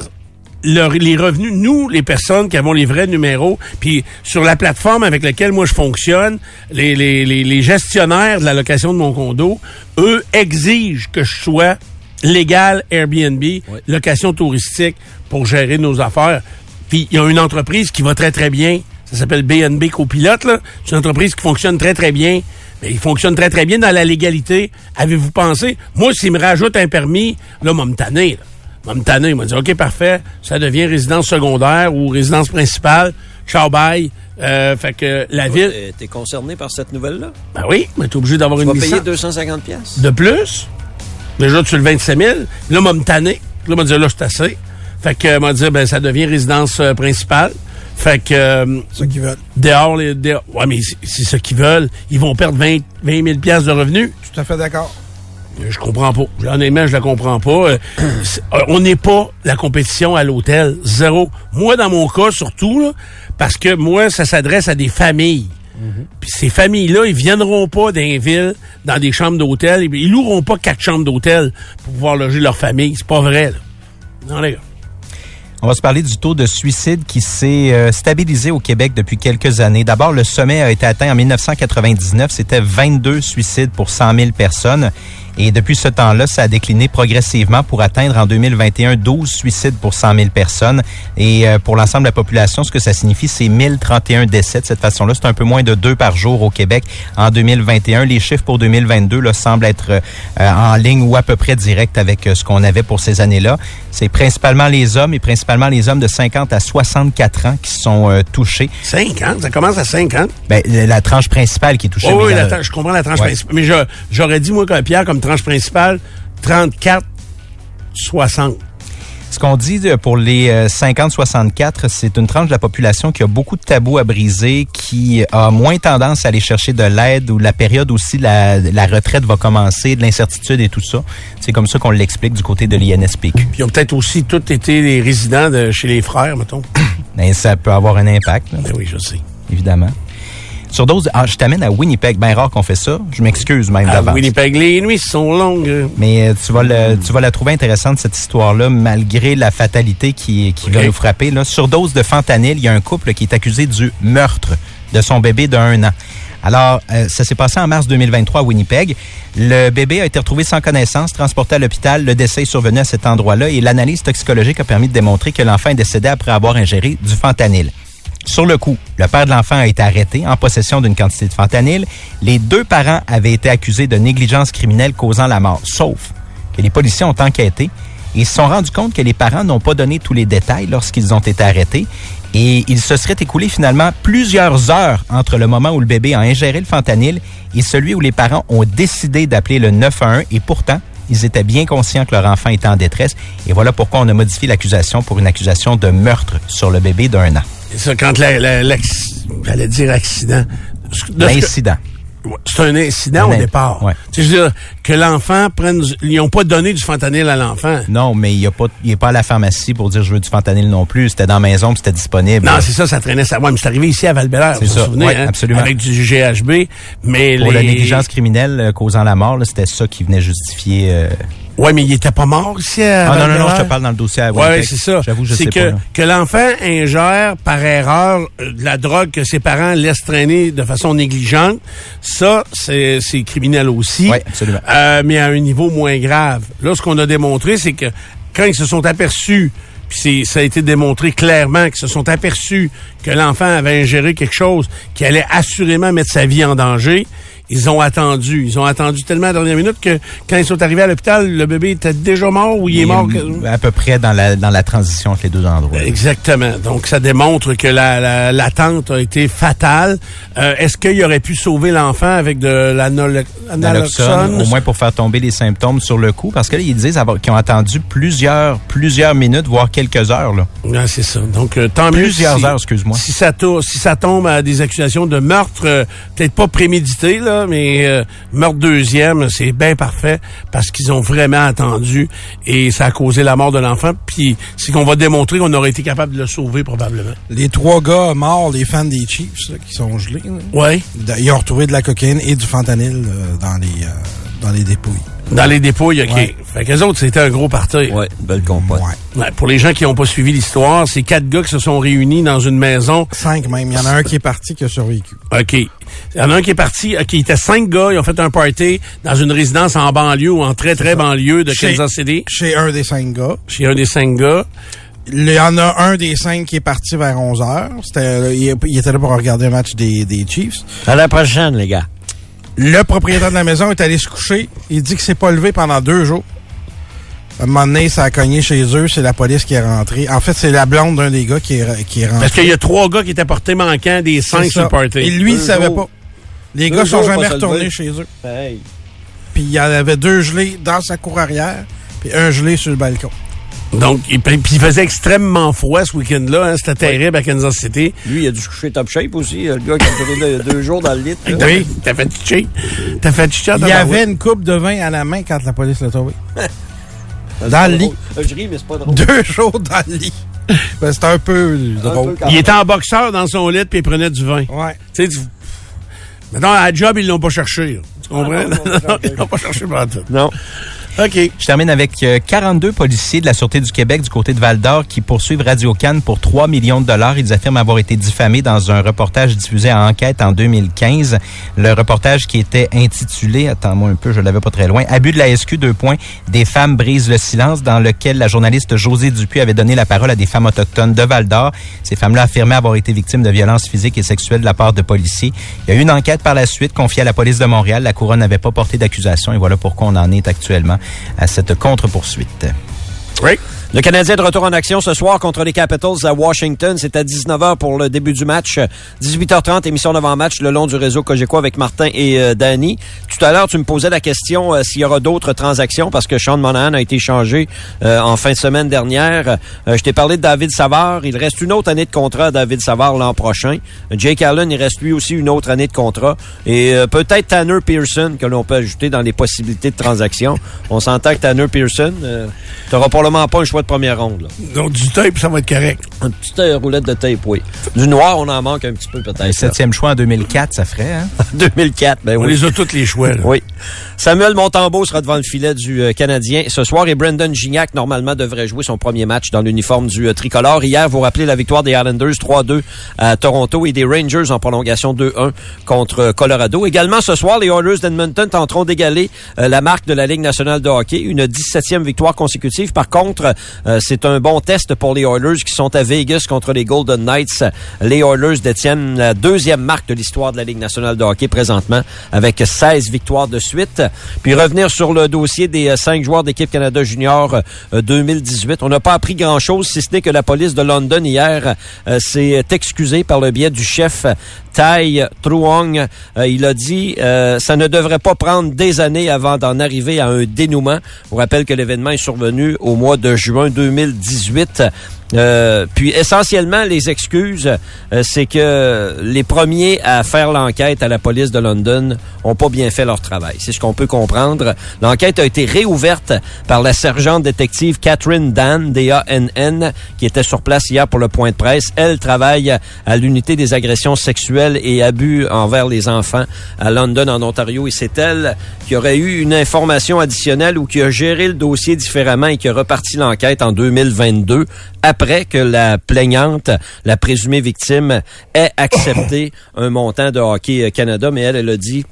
Speaker 1: leur- les revenus, nous, les personnes qui avons les vrais numéros, puis sur la plateforme avec laquelle moi je fonctionne, les, les, les, les gestionnaires de la location de mon condo, eux exigent que je sois légal Airbnb, location touristique pour gérer nos affaires. Puis il y a une entreprise qui va très très bien, ça s'appelle BNB Copilote, là. C'est une entreprise qui fonctionne très très bien. Mais il fonctionne très très bien dans la légalité. Avez-vous pensé? Moi, s'il me rajoute un permis, là, moi, me tanner, là m'a me tanner. Il m'a dit, OK, parfait, ça devient résidence secondaire ou résidence principale. Ciao, bye. Euh, fait que la
Speaker 2: Toi,
Speaker 1: ville...
Speaker 2: t'es- T'es concerné par cette nouvelle-là?
Speaker 1: Ben oui, mais t'es obligé d'avoir
Speaker 2: Tu
Speaker 1: une
Speaker 2: vas payer
Speaker 1: licence
Speaker 2: 250 pièces.
Speaker 1: de plus. Déjà, tu le 27 000. Là, m'a me tanner. Là, m'a dit, là, je suis assez. Fait que euh, m'a dit, ben, ça devient résidence euh, principale. Fait que... euh,
Speaker 3: Ceux qui veulent.
Speaker 1: Dehors, les, dehors- ouais, mais c'est- c'est ce qu'ils veulent. Ils vont perdre 20, 20 000 piastres de revenus.
Speaker 3: Tout à fait d'accord.
Speaker 1: Je comprends pas. Honnêtement, je la comprends pas. Euh, c'est- euh, on n'est pas la compétition à l'hôtel. Zéro. Moi, dans mon cas, surtout, là, parce que moi, ça s'adresse à des familles. Puis ces familles-là, ils viendront pas dans ville, dans des chambres d'hôtel. Ils- Ils loueront pas quatre chambres d'hôtel pour pouvoir loger leur famille. C'est pas vrai, là. Non, les gars.
Speaker 5: On va se parler du taux de suicide qui s'est euh, stabilisé au Québec depuis quelques années. D'abord, le sommet a été atteint en 1999. C'était 22 suicides pour 100 000 personnes. Et depuis ce temps-là, ça a décliné progressivement pour atteindre en 2021 12 suicides pour 100 000 personnes. Et euh, pour l'ensemble de la population, ce que ça signifie, c'est 1031 décès de cette façon-là. C'est un peu moins de deux par jour au Québec en 2021. Les chiffres pour 2022 là, semblent être euh, en ligne ou à peu près direct avec euh, ce qu'on avait pour ces années-là. C'est principalement les hommes et principalement les hommes de 50 à 64 ans qui sont euh, touchés.
Speaker 1: 50, ça commence à 50.
Speaker 5: Ben, la tranche principale qui est touchée.
Speaker 1: Oui, oui,
Speaker 5: mais euh, dans-
Speaker 1: la tra- je comprends la tranche
Speaker 5: Ouais.
Speaker 1: principale. Mais je- j'aurais dit, moi, comme Pierre, comme tranche principale, 34, 60.
Speaker 5: Ce qu'on dit euh, pour les euh, 50-64, c'est une tranche de la population qui a beaucoup de tabous à briser, qui a moins tendance à aller chercher de l'aide ou la période aussi la, la retraite va commencer, de l'incertitude et tout ça. C'est comme ça qu'on l'explique du côté de l'INSPQ.
Speaker 1: Puis ils ont peut-être aussi tous été les résidents de chez les frères, mettons. [COUGHS]
Speaker 5: Mais Ben, ça peut avoir un impact, là,
Speaker 1: ben oui, je sais.
Speaker 5: évidemment. Sur d'autres, ah, je t'amène à Winnipeg. Ben rare qu'on fait ça. Je m'excuse même
Speaker 1: À
Speaker 5: d'avance.
Speaker 1: Winnipeg, les nuits sont longues.
Speaker 5: Mais euh, tu vas le, tu vas la trouver intéressante cette histoire-là malgré la fatalité qui qui va
Speaker 1: Ok.
Speaker 5: nous frapper là. Surdose de fentanyl, il y a un couple qui est accusé du meurtre de son bébé d'un an. Alors, euh, ça s'est passé en mars 2023 à Winnipeg. Le bébé a été retrouvé sans connaissance, transporté à l'hôpital. Le décès est survenu à cet endroit-là et l'analyse toxicologique a permis de démontrer que l'enfant est décédé après avoir ingéré du fentanyl. Sur le coup, le père de l'enfant a été arrêté en possession d'une quantité de fentanyl. Les deux parents avaient été accusés de négligence criminelle causant la mort, sauf que les policiers ont enquêté et ils se sont rendus compte que les parents n'ont pas donné tous les détails lorsqu'ils ont été arrêtés. Et il se serait écoulé finalement plusieurs heures entre le moment où le bébé a ingéré le fentanyl et celui où les parents ont décidé d'appeler le 911 et pourtant, ils étaient bien conscients que leur enfant était en détresse et voilà pourquoi on a modifié l'accusation pour une accusation de meurtre sur le bébé d'un an.
Speaker 1: C'est ça, quand la- la- l'acc- j'allais dire accident. Ce- de ce que-
Speaker 5: L'incident.
Speaker 1: c'est un incident
Speaker 5: Un
Speaker 1: au
Speaker 5: in-
Speaker 1: départ.
Speaker 5: ouais.
Speaker 1: Tu sais, je veux dire, que l'enfant prenne... du- Ils n'ont pas donné du fentanyl à l'enfant.
Speaker 5: Non, mais il n'est pas, il est pas à la pharmacie pour dire je veux du fentanyl non plus. C'était dans la maison puis c'était disponible.
Speaker 1: Non, c'est ça, ça traînait sa... Ouais, mais c'est arrivé ici à val vous
Speaker 5: C'est
Speaker 1: vous
Speaker 5: ça,
Speaker 1: souvenez,
Speaker 5: ouais,
Speaker 1: hein,
Speaker 5: absolument.
Speaker 1: avec du GHB, mais
Speaker 5: Pour
Speaker 1: les...
Speaker 5: la négligence criminelle euh, causant la mort, là, c'était ça qui venait justifier. euh,
Speaker 1: Ouais, mais il était pas mort ici à
Speaker 5: Ah non, non,
Speaker 1: Val-Belair?
Speaker 5: non, je te parle dans le dossier à
Speaker 1: Ouais, ouais,
Speaker 5: Winnipeg.
Speaker 1: c'est ça.
Speaker 5: J'avoue, je
Speaker 1: c'est
Speaker 5: sais
Speaker 1: que,
Speaker 5: pas. là.
Speaker 1: que l'enfant ingère par erreur euh, de la drogue que ses parents laissent traîner de façon négligente. Ça, c'est c'est criminel aussi.
Speaker 5: Ouais, absolument.
Speaker 1: Euh, mais à un niveau moins grave. Là, ce qu'on a démontré, c'est que quand ils se sont aperçus, puis c'est- ça a été démontré clairement qu'ils se sont aperçus que l'enfant avait ingéré quelque chose qui allait assurément mettre sa vie en danger, ils ont attendu. Ils ont attendu tellement à la dernière minute que quand ils sont arrivés à l'hôpital, le bébé était déjà mort ou il, est mort. que-
Speaker 5: À peu près dans la, dans la transition entre les deux endroits.
Speaker 1: Ben, Exactement. Donc, ça démontre que la- la- l'attente a été fatale. Euh, Est-ce qu'il aurait pu sauver l'enfant avec de l'analoxone?
Speaker 5: Naloxone, au moins pour faire tomber les symptômes sur le coup, parce que là, ils disent avoir- qu'ils ont attendu plusieurs, plusieurs minutes, voire quelques heures. Là.
Speaker 1: Ah, c'est ça. Donc, euh, tant mieux.
Speaker 5: Plusieurs
Speaker 1: si-
Speaker 5: heures, excuse-moi.
Speaker 1: Si ça, to- si ça tombe à des accusations de meurtre, euh, peut-être pas prémédité, là, mais euh, meurtre deuxième, c'est bien parfait parce qu'ils ont vraiment attendu et ça a causé la mort de l'enfant. Puis, c'est qu'on va démontrer qu'on aurait été capable de le sauver probablement.
Speaker 3: Les trois gars morts, les fans des Chiefs, là, qui sont gelés, là,
Speaker 1: Ouais.
Speaker 3: de- ils ont retrouvé de la cocaïne et du fentanyl euh, dans, les, euh, dans les dépouilles.
Speaker 1: Dans les dépouilles, OK.
Speaker 3: Ouais.
Speaker 1: Fait que les autres, c'était un gros parti.
Speaker 2: Ouais, belle compote.
Speaker 3: Ouais.
Speaker 1: Ouais, pour les gens qui n'ont pas suivi l'histoire, c'est quatre gars qui se sont réunis dans une maison.
Speaker 3: Cinq même. Il y en a un qui est parti qui a survécu.
Speaker 1: OK. Il y en a un qui est parti. OK, il était cinq gars. Ils ont fait un party dans une résidence en banlieue ou en très, très banlieue de
Speaker 3: Chez-
Speaker 1: Kansas City.
Speaker 3: Chez un des cinq gars.
Speaker 1: Chez un des cinq gars.
Speaker 3: Il y en a un des cinq qui est parti vers 11 h C'était, euh, il, il était là pour regarder un match des, des Chiefs.
Speaker 2: À la prochaine, les gars.
Speaker 3: Le propriétaire de la maison est allé se coucher. Il dit qu'il s'est pas levé pendant deux jours. À un moment donné, ça a cogné chez eux. C'est la police qui est rentrée. En fait, c'est la blonde d'un des gars qui est, re- qui est rentrée.
Speaker 1: Parce qu'il y a trois gars qui étaient portés manquants des cinq
Speaker 3: C'est
Speaker 1: sur
Speaker 3: ça.
Speaker 1: le party.
Speaker 3: Et lui, il
Speaker 2: Deux
Speaker 3: savait
Speaker 2: jours.
Speaker 3: pas. Les
Speaker 2: Deux
Speaker 3: gars sont
Speaker 2: jours,
Speaker 3: jamais
Speaker 2: pas se lever.
Speaker 3: retournés chez eux.
Speaker 2: Hey.
Speaker 3: Puis il y en avait deux gelés dans sa cour arrière, puis un gelé sur le balcon.
Speaker 1: Ah, Donc, il, puis il faisait extrêmement froid ce week-end-là. hein. C'était terrible à Kansas City.
Speaker 2: Lui, il a dû se coucher top shape aussi. Le gars qui a duré deux- deux jours dans le lit. là.
Speaker 1: Oui. [LAUGHS] T'as fait chier. T'as fait chier.
Speaker 3: Il y avait une coupe de vin à la main quand la police l'a trouvé.
Speaker 2: C'est
Speaker 3: dans le
Speaker 2: pas
Speaker 3: lit.
Speaker 2: drôle. Euh, Je ris, mais c'est pas drôle.
Speaker 3: Deux [LAUGHS] jours dans le lit. Ben, c'est un peu drôle.
Speaker 1: Il était en boxeur dans son lit puis il prenait du vin.
Speaker 3: Ouais.
Speaker 1: Tu sais, tu- Maintenant, à la job, ils l'ont pas cherché. là. Tu comprends? Ah Non, [LAUGHS] ils l'ont pas cherché pendant tout.
Speaker 2: Non.
Speaker 1: OK.
Speaker 5: Je termine avec euh, 42 policiers de la Sûreté du Québec du côté de Val-d'Or qui poursuivent Radio Cannes pour 3 millions de dollars. Ils affirment avoir été diffamés dans un reportage diffusé à Enquête en 2015. Le reportage qui était intitulé, attends-moi un peu, je l'avais pas très loin, Abus de la SQ, deux points, des femmes brisent le silence, dans lequel la journaliste Josée Dupuis avait donné la parole à des femmes autochtones de Val-d'Or. Ces femmes-là affirmaient avoir été victimes de violences physiques et sexuelles de la part de policiers. Il y a eu une enquête par la suite confiée à la police de Montréal. La couronne n'avait pas porté d'accusation et voilà pourquoi on en est actuellement à cette contre-poursuite.
Speaker 1: Oui.
Speaker 2: Le Canadien de retour en action ce soir contre les Capitals à Washington. C'est à 19h pour le début du match. 18h30, émission d'avant-match le long du réseau Cogeco avec Martin et euh, Danny. Tout à l'heure, tu me posais la question euh, s'il y aura d'autres transactions parce que Sean Monahan a été changé euh, en fin de semaine dernière. Euh, je t'ai parlé de David Savard. Il reste une autre année de contrat à David Savard l'an prochain. Jake Allen, il reste lui aussi une autre année de contrat. Et euh, peut-être Tanner Pearson que l'on peut ajouter dans les possibilités de transaction. On s'entend que Tanner Pearson, euh, t'auras probablement pas un choix de première ronde. là.
Speaker 1: Donc, du tape, ça va être correct.
Speaker 2: Une petite euh, roulette de tape, oui. Du noir, on en manque un petit peu peut-être.
Speaker 5: Le septième choix en 2004, ça ferait, hein?
Speaker 2: [LAUGHS] là. 2004, ben
Speaker 1: On
Speaker 2: oui.
Speaker 1: les a tous les choix. là.
Speaker 2: Oui. Samuel Montembeau sera devant le filet du euh, Canadien ce soir et Brendan Gignac, normalement, devrait jouer son premier match dans l'uniforme du euh, tricolore. Hier, vous rappelez la victoire des Islanders 3-2 à Toronto et des Rangers en prolongation 2-1 contre euh, Colorado. Également, ce soir, les Oilers d'Edmonton tenteront d'égaler euh, la marque de la Ligue nationale de hockey, une 17e victoire consécutive. Par contre, euh, c'est un bon test pour les Oilers qui sont à Vegas contre les Golden Knights. Les Oilers détiennent la deuxième marque de l'histoire de la Ligue nationale de hockey présentement avec 16 victoires de suite. Puis revenir sur le dossier des euh, cinq joueurs d'équipe Canada Junior euh, 2018. On n'a pas appris grand-chose si ce n'est que la police de London hier euh, s'est excusée par le biais du chef Tai Truong. Euh, il a dit euh, ça ne devrait pas prendre des années avant d'en arriver à un dénouement. Je vous rappelle que l'événement est survenu au mois de juin 2018. Euh, puis essentiellement, les excuses, euh, c'est que les premiers à faire l'enquête à la police de London ont pas bien fait leur travail. C'est ce qu'on peut comprendre. L'enquête a été réouverte par la sergente détective Catherine Dan, D-A-N-N, qui était sur place hier pour le point de presse. Elle travaille à l'unité des agressions sexuelles et abus envers les enfants à London, en Ontario, et c'est elle qui aurait eu une information additionnelle ou qui a géré le dossier différemment et qui a reparti l'enquête en 2022 après que la plaignante, la présumée victime, ait
Speaker 1: [COUGHS]
Speaker 2: accepté un montant de Hockey Canada, mais elle, elle a dit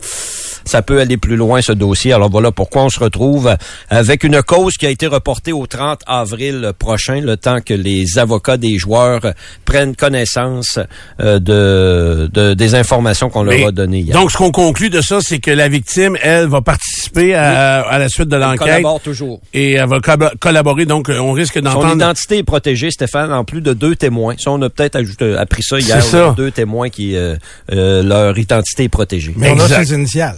Speaker 2: ça peut aller plus loin ce dossier. Alors voilà pourquoi on se retrouve avec une cause qui a été reportée au 30 avril prochain, le temps que les avocats des joueurs prennent connaissance euh, de, de- des informations qu'on leur
Speaker 1: Mais,
Speaker 2: a données hier.
Speaker 1: Donc, ce qu'on conclut de ça, c'est que la victime, elle, va participer à, à la suite de l'enquête.
Speaker 2: collabore toujours.
Speaker 1: Et elle va colla- collaborer. Donc, euh, on risque
Speaker 2: Son
Speaker 1: d'entendre...
Speaker 2: identité est protégée, Stéphane, en plus de deux témoins. Ça, on a peut-être ajouté- appris ça hier.
Speaker 1: C'est
Speaker 2: On a
Speaker 1: ça.
Speaker 2: Deux témoins qui euh, euh, leur identité est protégée.
Speaker 3: On a
Speaker 1: exact.
Speaker 3: ses initiales.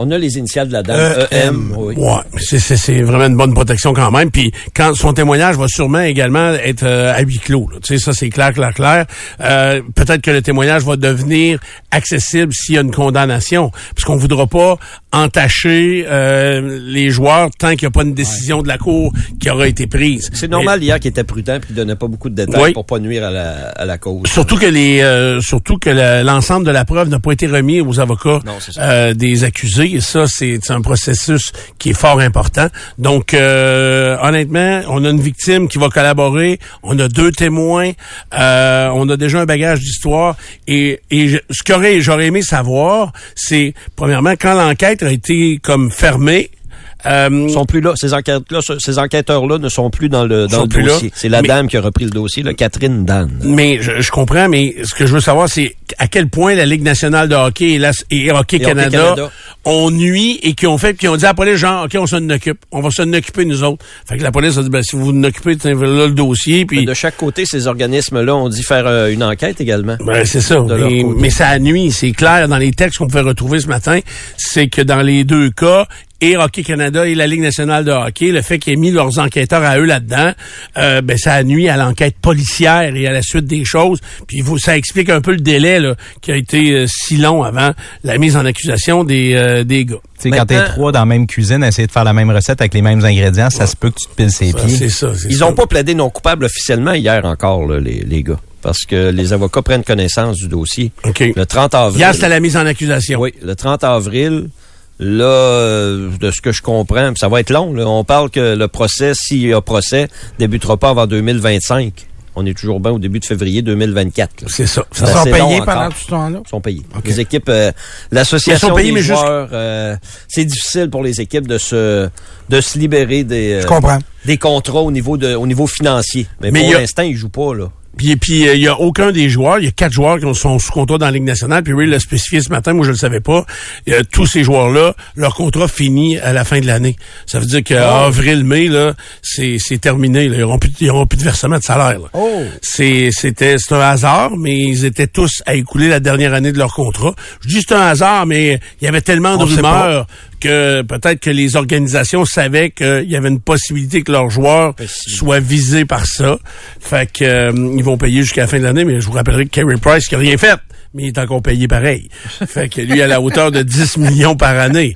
Speaker 2: On a les initiales de la dame.
Speaker 1: E
Speaker 2: EM. oui.
Speaker 1: Ouais, mais c'est- c'est c'est vraiment une bonne protection quand même. Puis quand son témoignage va sûrement également être euh, à huis clos. là. Tu sais, ça c'est clair, clair, clair. Euh, Peut-être que le témoignage va devenir accessible s'il y a une condamnation, parce qu'on voudra pas entacher euh, les joueurs tant qu'il n'y a pas une décision de la cour qui aura été prise.
Speaker 2: C'est
Speaker 1: Mais-
Speaker 2: normal hier qu'il était prudent et qu'il donnait pas beaucoup de détails
Speaker 1: Oui.
Speaker 2: pour pas nuire à la, à la cause.
Speaker 1: Surtout que les, euh, surtout que la- l'ensemble de la preuve n'a pas été remis aux avocats
Speaker 2: Non, c'est ça.
Speaker 1: euh, des accusés. Et ça, c'est c'est un processus qui est fort important. Donc, euh, honnêtement, on a une victime qui va collaborer. On a deux témoins. euh, on a déjà un bagage d'histoire. Et, et je- ce que j'aurais aimé savoir, c'est premièrement quand l'enquête a été comme fermée. euh,
Speaker 2: Ils sont plus là. Ces enquêtes-là, ce- ces enquêteurs-là ne sont plus dans le, dans
Speaker 1: sont
Speaker 2: le
Speaker 1: plus là.
Speaker 2: dossier. C'est la
Speaker 1: Mais-
Speaker 2: dame qui a repris le dossier, là, Catherine Dan.
Speaker 1: Mais je, je comprends, mais ce que je veux savoir, c'est à quel point la Ligue nationale de hockey et, la- et Hockey
Speaker 2: Hockey
Speaker 1: Canada,
Speaker 2: Canada.
Speaker 1: ont nuit et qui ont fait, puis ont dit à la police, genre, OK, on s'en occupe. On va s'en occuper, nous autres. Fait que la police a dit, ben, si vous vous en occupez, tiens, voilà le dossier, puis...
Speaker 2: Ben, De chaque côté, ces organismes-là ont dit faire euh, une enquête également.
Speaker 1: Ben, c'est ça.
Speaker 2: De leur
Speaker 1: Mais,
Speaker 2: côté.
Speaker 1: mais ça nuit, c'est clair. Dans les textes qu'on pouvait retrouver ce matin, c'est que dans les deux cas, et Hockey Canada et la Ligue nationale de hockey, le fait qu'ils aient mis leurs enquêteurs à eux là-dedans, euh, ben ça nuit à l'enquête policière et à la suite des choses. Puis vous, ça explique un peu le délai là, qui a été euh, si long avant la mise en accusation des, euh, des gars.
Speaker 5: Tu sais, quand t'es
Speaker 2: Maintenant-
Speaker 5: trois dans la même cuisine, à essayer de faire la même recette avec les mêmes ingrédients, ça se peut que tu te piles ses
Speaker 1: Ça,
Speaker 5: pieds.
Speaker 1: Ah, c'est ça. c'est
Speaker 2: Ils
Speaker 1: ça.
Speaker 2: n'ont pas plaidé non coupable officiellement hier encore, là, les, les gars. Parce que les avocats prennent connaissance du dossier.
Speaker 1: OK.
Speaker 2: Le 30 avril.
Speaker 1: Hier, c'était la mise en accusation.
Speaker 2: Oui, le 30 avril, là, euh, de ce que je comprends, puis ça va être long. là. On parle que le procès, s'il y a procès, débutera pas avant 2025. On est toujours bien au début de février 2024. là.
Speaker 1: C'est ça. Ça
Speaker 3: Ils
Speaker 2: Ben,
Speaker 3: sont
Speaker 2: c'est
Speaker 3: payés
Speaker 2: long
Speaker 3: pendant
Speaker 2: encore.
Speaker 3: tout ce temps-là.
Speaker 2: Ils sont payés. Les équipes, euh, l'association
Speaker 1: Ils sont payés,
Speaker 2: des
Speaker 1: mais juste-
Speaker 2: joueurs, euh, c'est difficile pour les équipes de se de se libérer des euh,
Speaker 3: Je comprends.
Speaker 2: des contrats au niveau de au niveau financier. Mais,
Speaker 1: Mais il
Speaker 2: pour
Speaker 1: y a-
Speaker 2: l'instant, ils jouent pas là.
Speaker 1: Puis, puis euh, il y a aucun des joueurs, il y a quatre joueurs qui sont sous contrat dans la Ligue nationale. Puis Ray l'a spécifié ce matin, moi je le savais pas. Euh, tous ces joueurs-là, leur contrat finit à la fin de l'année. Ça veut dire
Speaker 3: Oh.
Speaker 1: qu'avril-mai, là, c'est, c'est terminé. là. Ils n'auront plus, de- ils auront plus de versement de salaire. là.
Speaker 3: Oh.
Speaker 1: C'est, c'était, c'est un hasard, mais ils étaient tous à écouler la dernière année de leur contrat. Je dis c'est un hasard, mais il y avait tellement de
Speaker 3: On sait pas.
Speaker 1: rumeurs que peut-être que les organisations savaient qu'il y avait une possibilité que leurs joueurs soient visés par ça. Fait que euh, ils vont payer jusqu'à la fin de l'année, mais je vous rappellerai que Carey Price qui a rien fait, mais il est encore payé
Speaker 2: [LAUGHS]
Speaker 1: pareil. Fait que lui à la hauteur de 10 millions par année.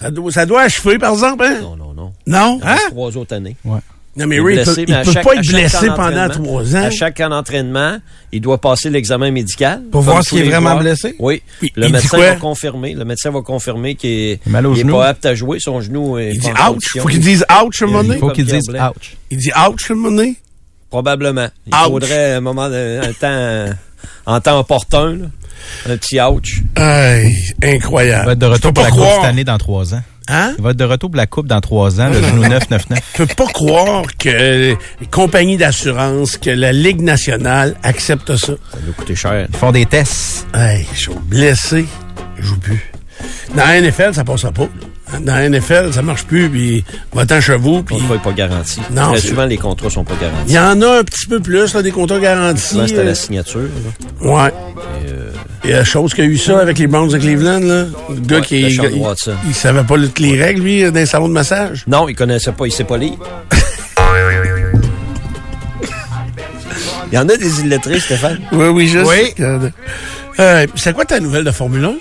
Speaker 1: Ça doit, ça doit achever, par exemple, hein?
Speaker 2: Non, non, non.
Speaker 1: Non?
Speaker 2: Il
Speaker 1: Hein?
Speaker 2: reste Trois autres années.
Speaker 5: Ouais.
Speaker 1: Non, mais
Speaker 2: Il est
Speaker 1: Ray, il
Speaker 2: blessé,
Speaker 1: peut,
Speaker 2: mais
Speaker 1: il
Speaker 2: à
Speaker 1: peut
Speaker 2: chaque-
Speaker 1: pas
Speaker 2: à
Speaker 1: être
Speaker 2: chaque
Speaker 1: blessé
Speaker 2: camp
Speaker 1: pendant
Speaker 2: d'entraînement-
Speaker 1: trois ans.
Speaker 2: À chaque camp d'entraînement, il doit passer l'examen médical.
Speaker 3: Pour
Speaker 2: comme
Speaker 3: voir
Speaker 2: tous
Speaker 3: s'il est
Speaker 2: les
Speaker 3: vraiment blessé?
Speaker 2: Oui.
Speaker 1: Il-
Speaker 2: le
Speaker 1: il dit
Speaker 2: médecin
Speaker 1: quoi?
Speaker 2: va confirmer. Le médecin va confirmer qu'il est,
Speaker 5: Il a mal au
Speaker 2: il est
Speaker 5: genou.
Speaker 2: pas apte à jouer. Son genou est
Speaker 1: Il
Speaker 2: pas
Speaker 1: dit
Speaker 2: en
Speaker 1: ouch.
Speaker 2: condition.
Speaker 1: Faut qu'il dise ouch à un moment
Speaker 5: Il
Speaker 1: donné.
Speaker 5: faut
Speaker 2: Comme
Speaker 5: qu'ils
Speaker 2: Pierre
Speaker 5: disent «
Speaker 2: Blais.
Speaker 5: ouch
Speaker 1: Il dit ouch à un moment donné.
Speaker 2: Probablement. Il
Speaker 1: Ouch.
Speaker 2: faudrait un moment, de- un temps, en temps opportun, là, un petit ouch.
Speaker 1: Aïe, ».
Speaker 5: Il va
Speaker 1: incroyable.
Speaker 5: être de
Speaker 1: Je peux
Speaker 5: retour pour
Speaker 1: pas
Speaker 5: la Coupe
Speaker 1: croire.
Speaker 5: cette année dans trois ans.
Speaker 1: Hein?
Speaker 5: Il va être de retour pour la Coupe dans
Speaker 1: [LAUGHS]
Speaker 5: trois ans, le genou 9-9-9.
Speaker 1: Je peux pas croire que les compagnies d'assurance, que la Ligue nationale accepte ça.
Speaker 2: Ça nous coûter cher.
Speaker 5: Ils font des tests.
Speaker 1: Hey, je suis blessé, je joue plus. Dans la NFL, ça passera pas. Dans la NFL, ça marche plus, puis va-t'en chez vous,
Speaker 2: Le
Speaker 1: puis...
Speaker 2: contrat n'est pas garanti.
Speaker 1: Non,
Speaker 2: Très
Speaker 1: c'est-
Speaker 2: souvent, les contrats sont pas garantis.
Speaker 1: Il y en a un petit peu plus, là, des contrats garantis.
Speaker 2: Souvent, c'est à
Speaker 1: euh,
Speaker 2: la euh, signature. là.
Speaker 1: Ouais. Il y a chose qui a eu ça avec les Browns de Cleveland, là. Le gars
Speaker 2: Ouais,
Speaker 1: qui...
Speaker 2: le
Speaker 1: Il,
Speaker 2: Charles Watson.
Speaker 1: il savait pas toutes les règles, lui, euh, d'un salon de massage.
Speaker 2: Non, il connaissait pas, il sait pas lire. [LAUGHS] Il y en a des illettrés, Stéphane.
Speaker 1: Oui, oui, je sais que- Euh, c'est quoi ta nouvelle de Formule 1?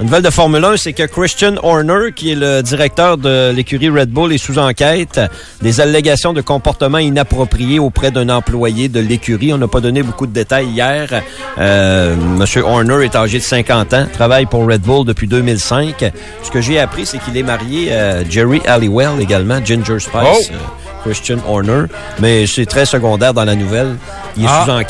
Speaker 2: La nouvelle de Formule 1, c'est que Christian Horner, qui est le directeur de l'écurie Red Bull, est sous enquête des allégations de comportement inapproprié auprès d'un employé de l'écurie. On n'a pas donné beaucoup de détails hier. Euh, Monsieur Horner est âgé de 50 ans, travaille pour Red Bull depuis 2005. Ce que j'ai appris, c'est qu'il est marié à Jerry Halliwell également, Ginger Spice,
Speaker 3: Oh!
Speaker 2: euh, Christian Horner. Mais c'est très secondaire dans la nouvelle. Il est
Speaker 3: Ah.
Speaker 2: sous enquête.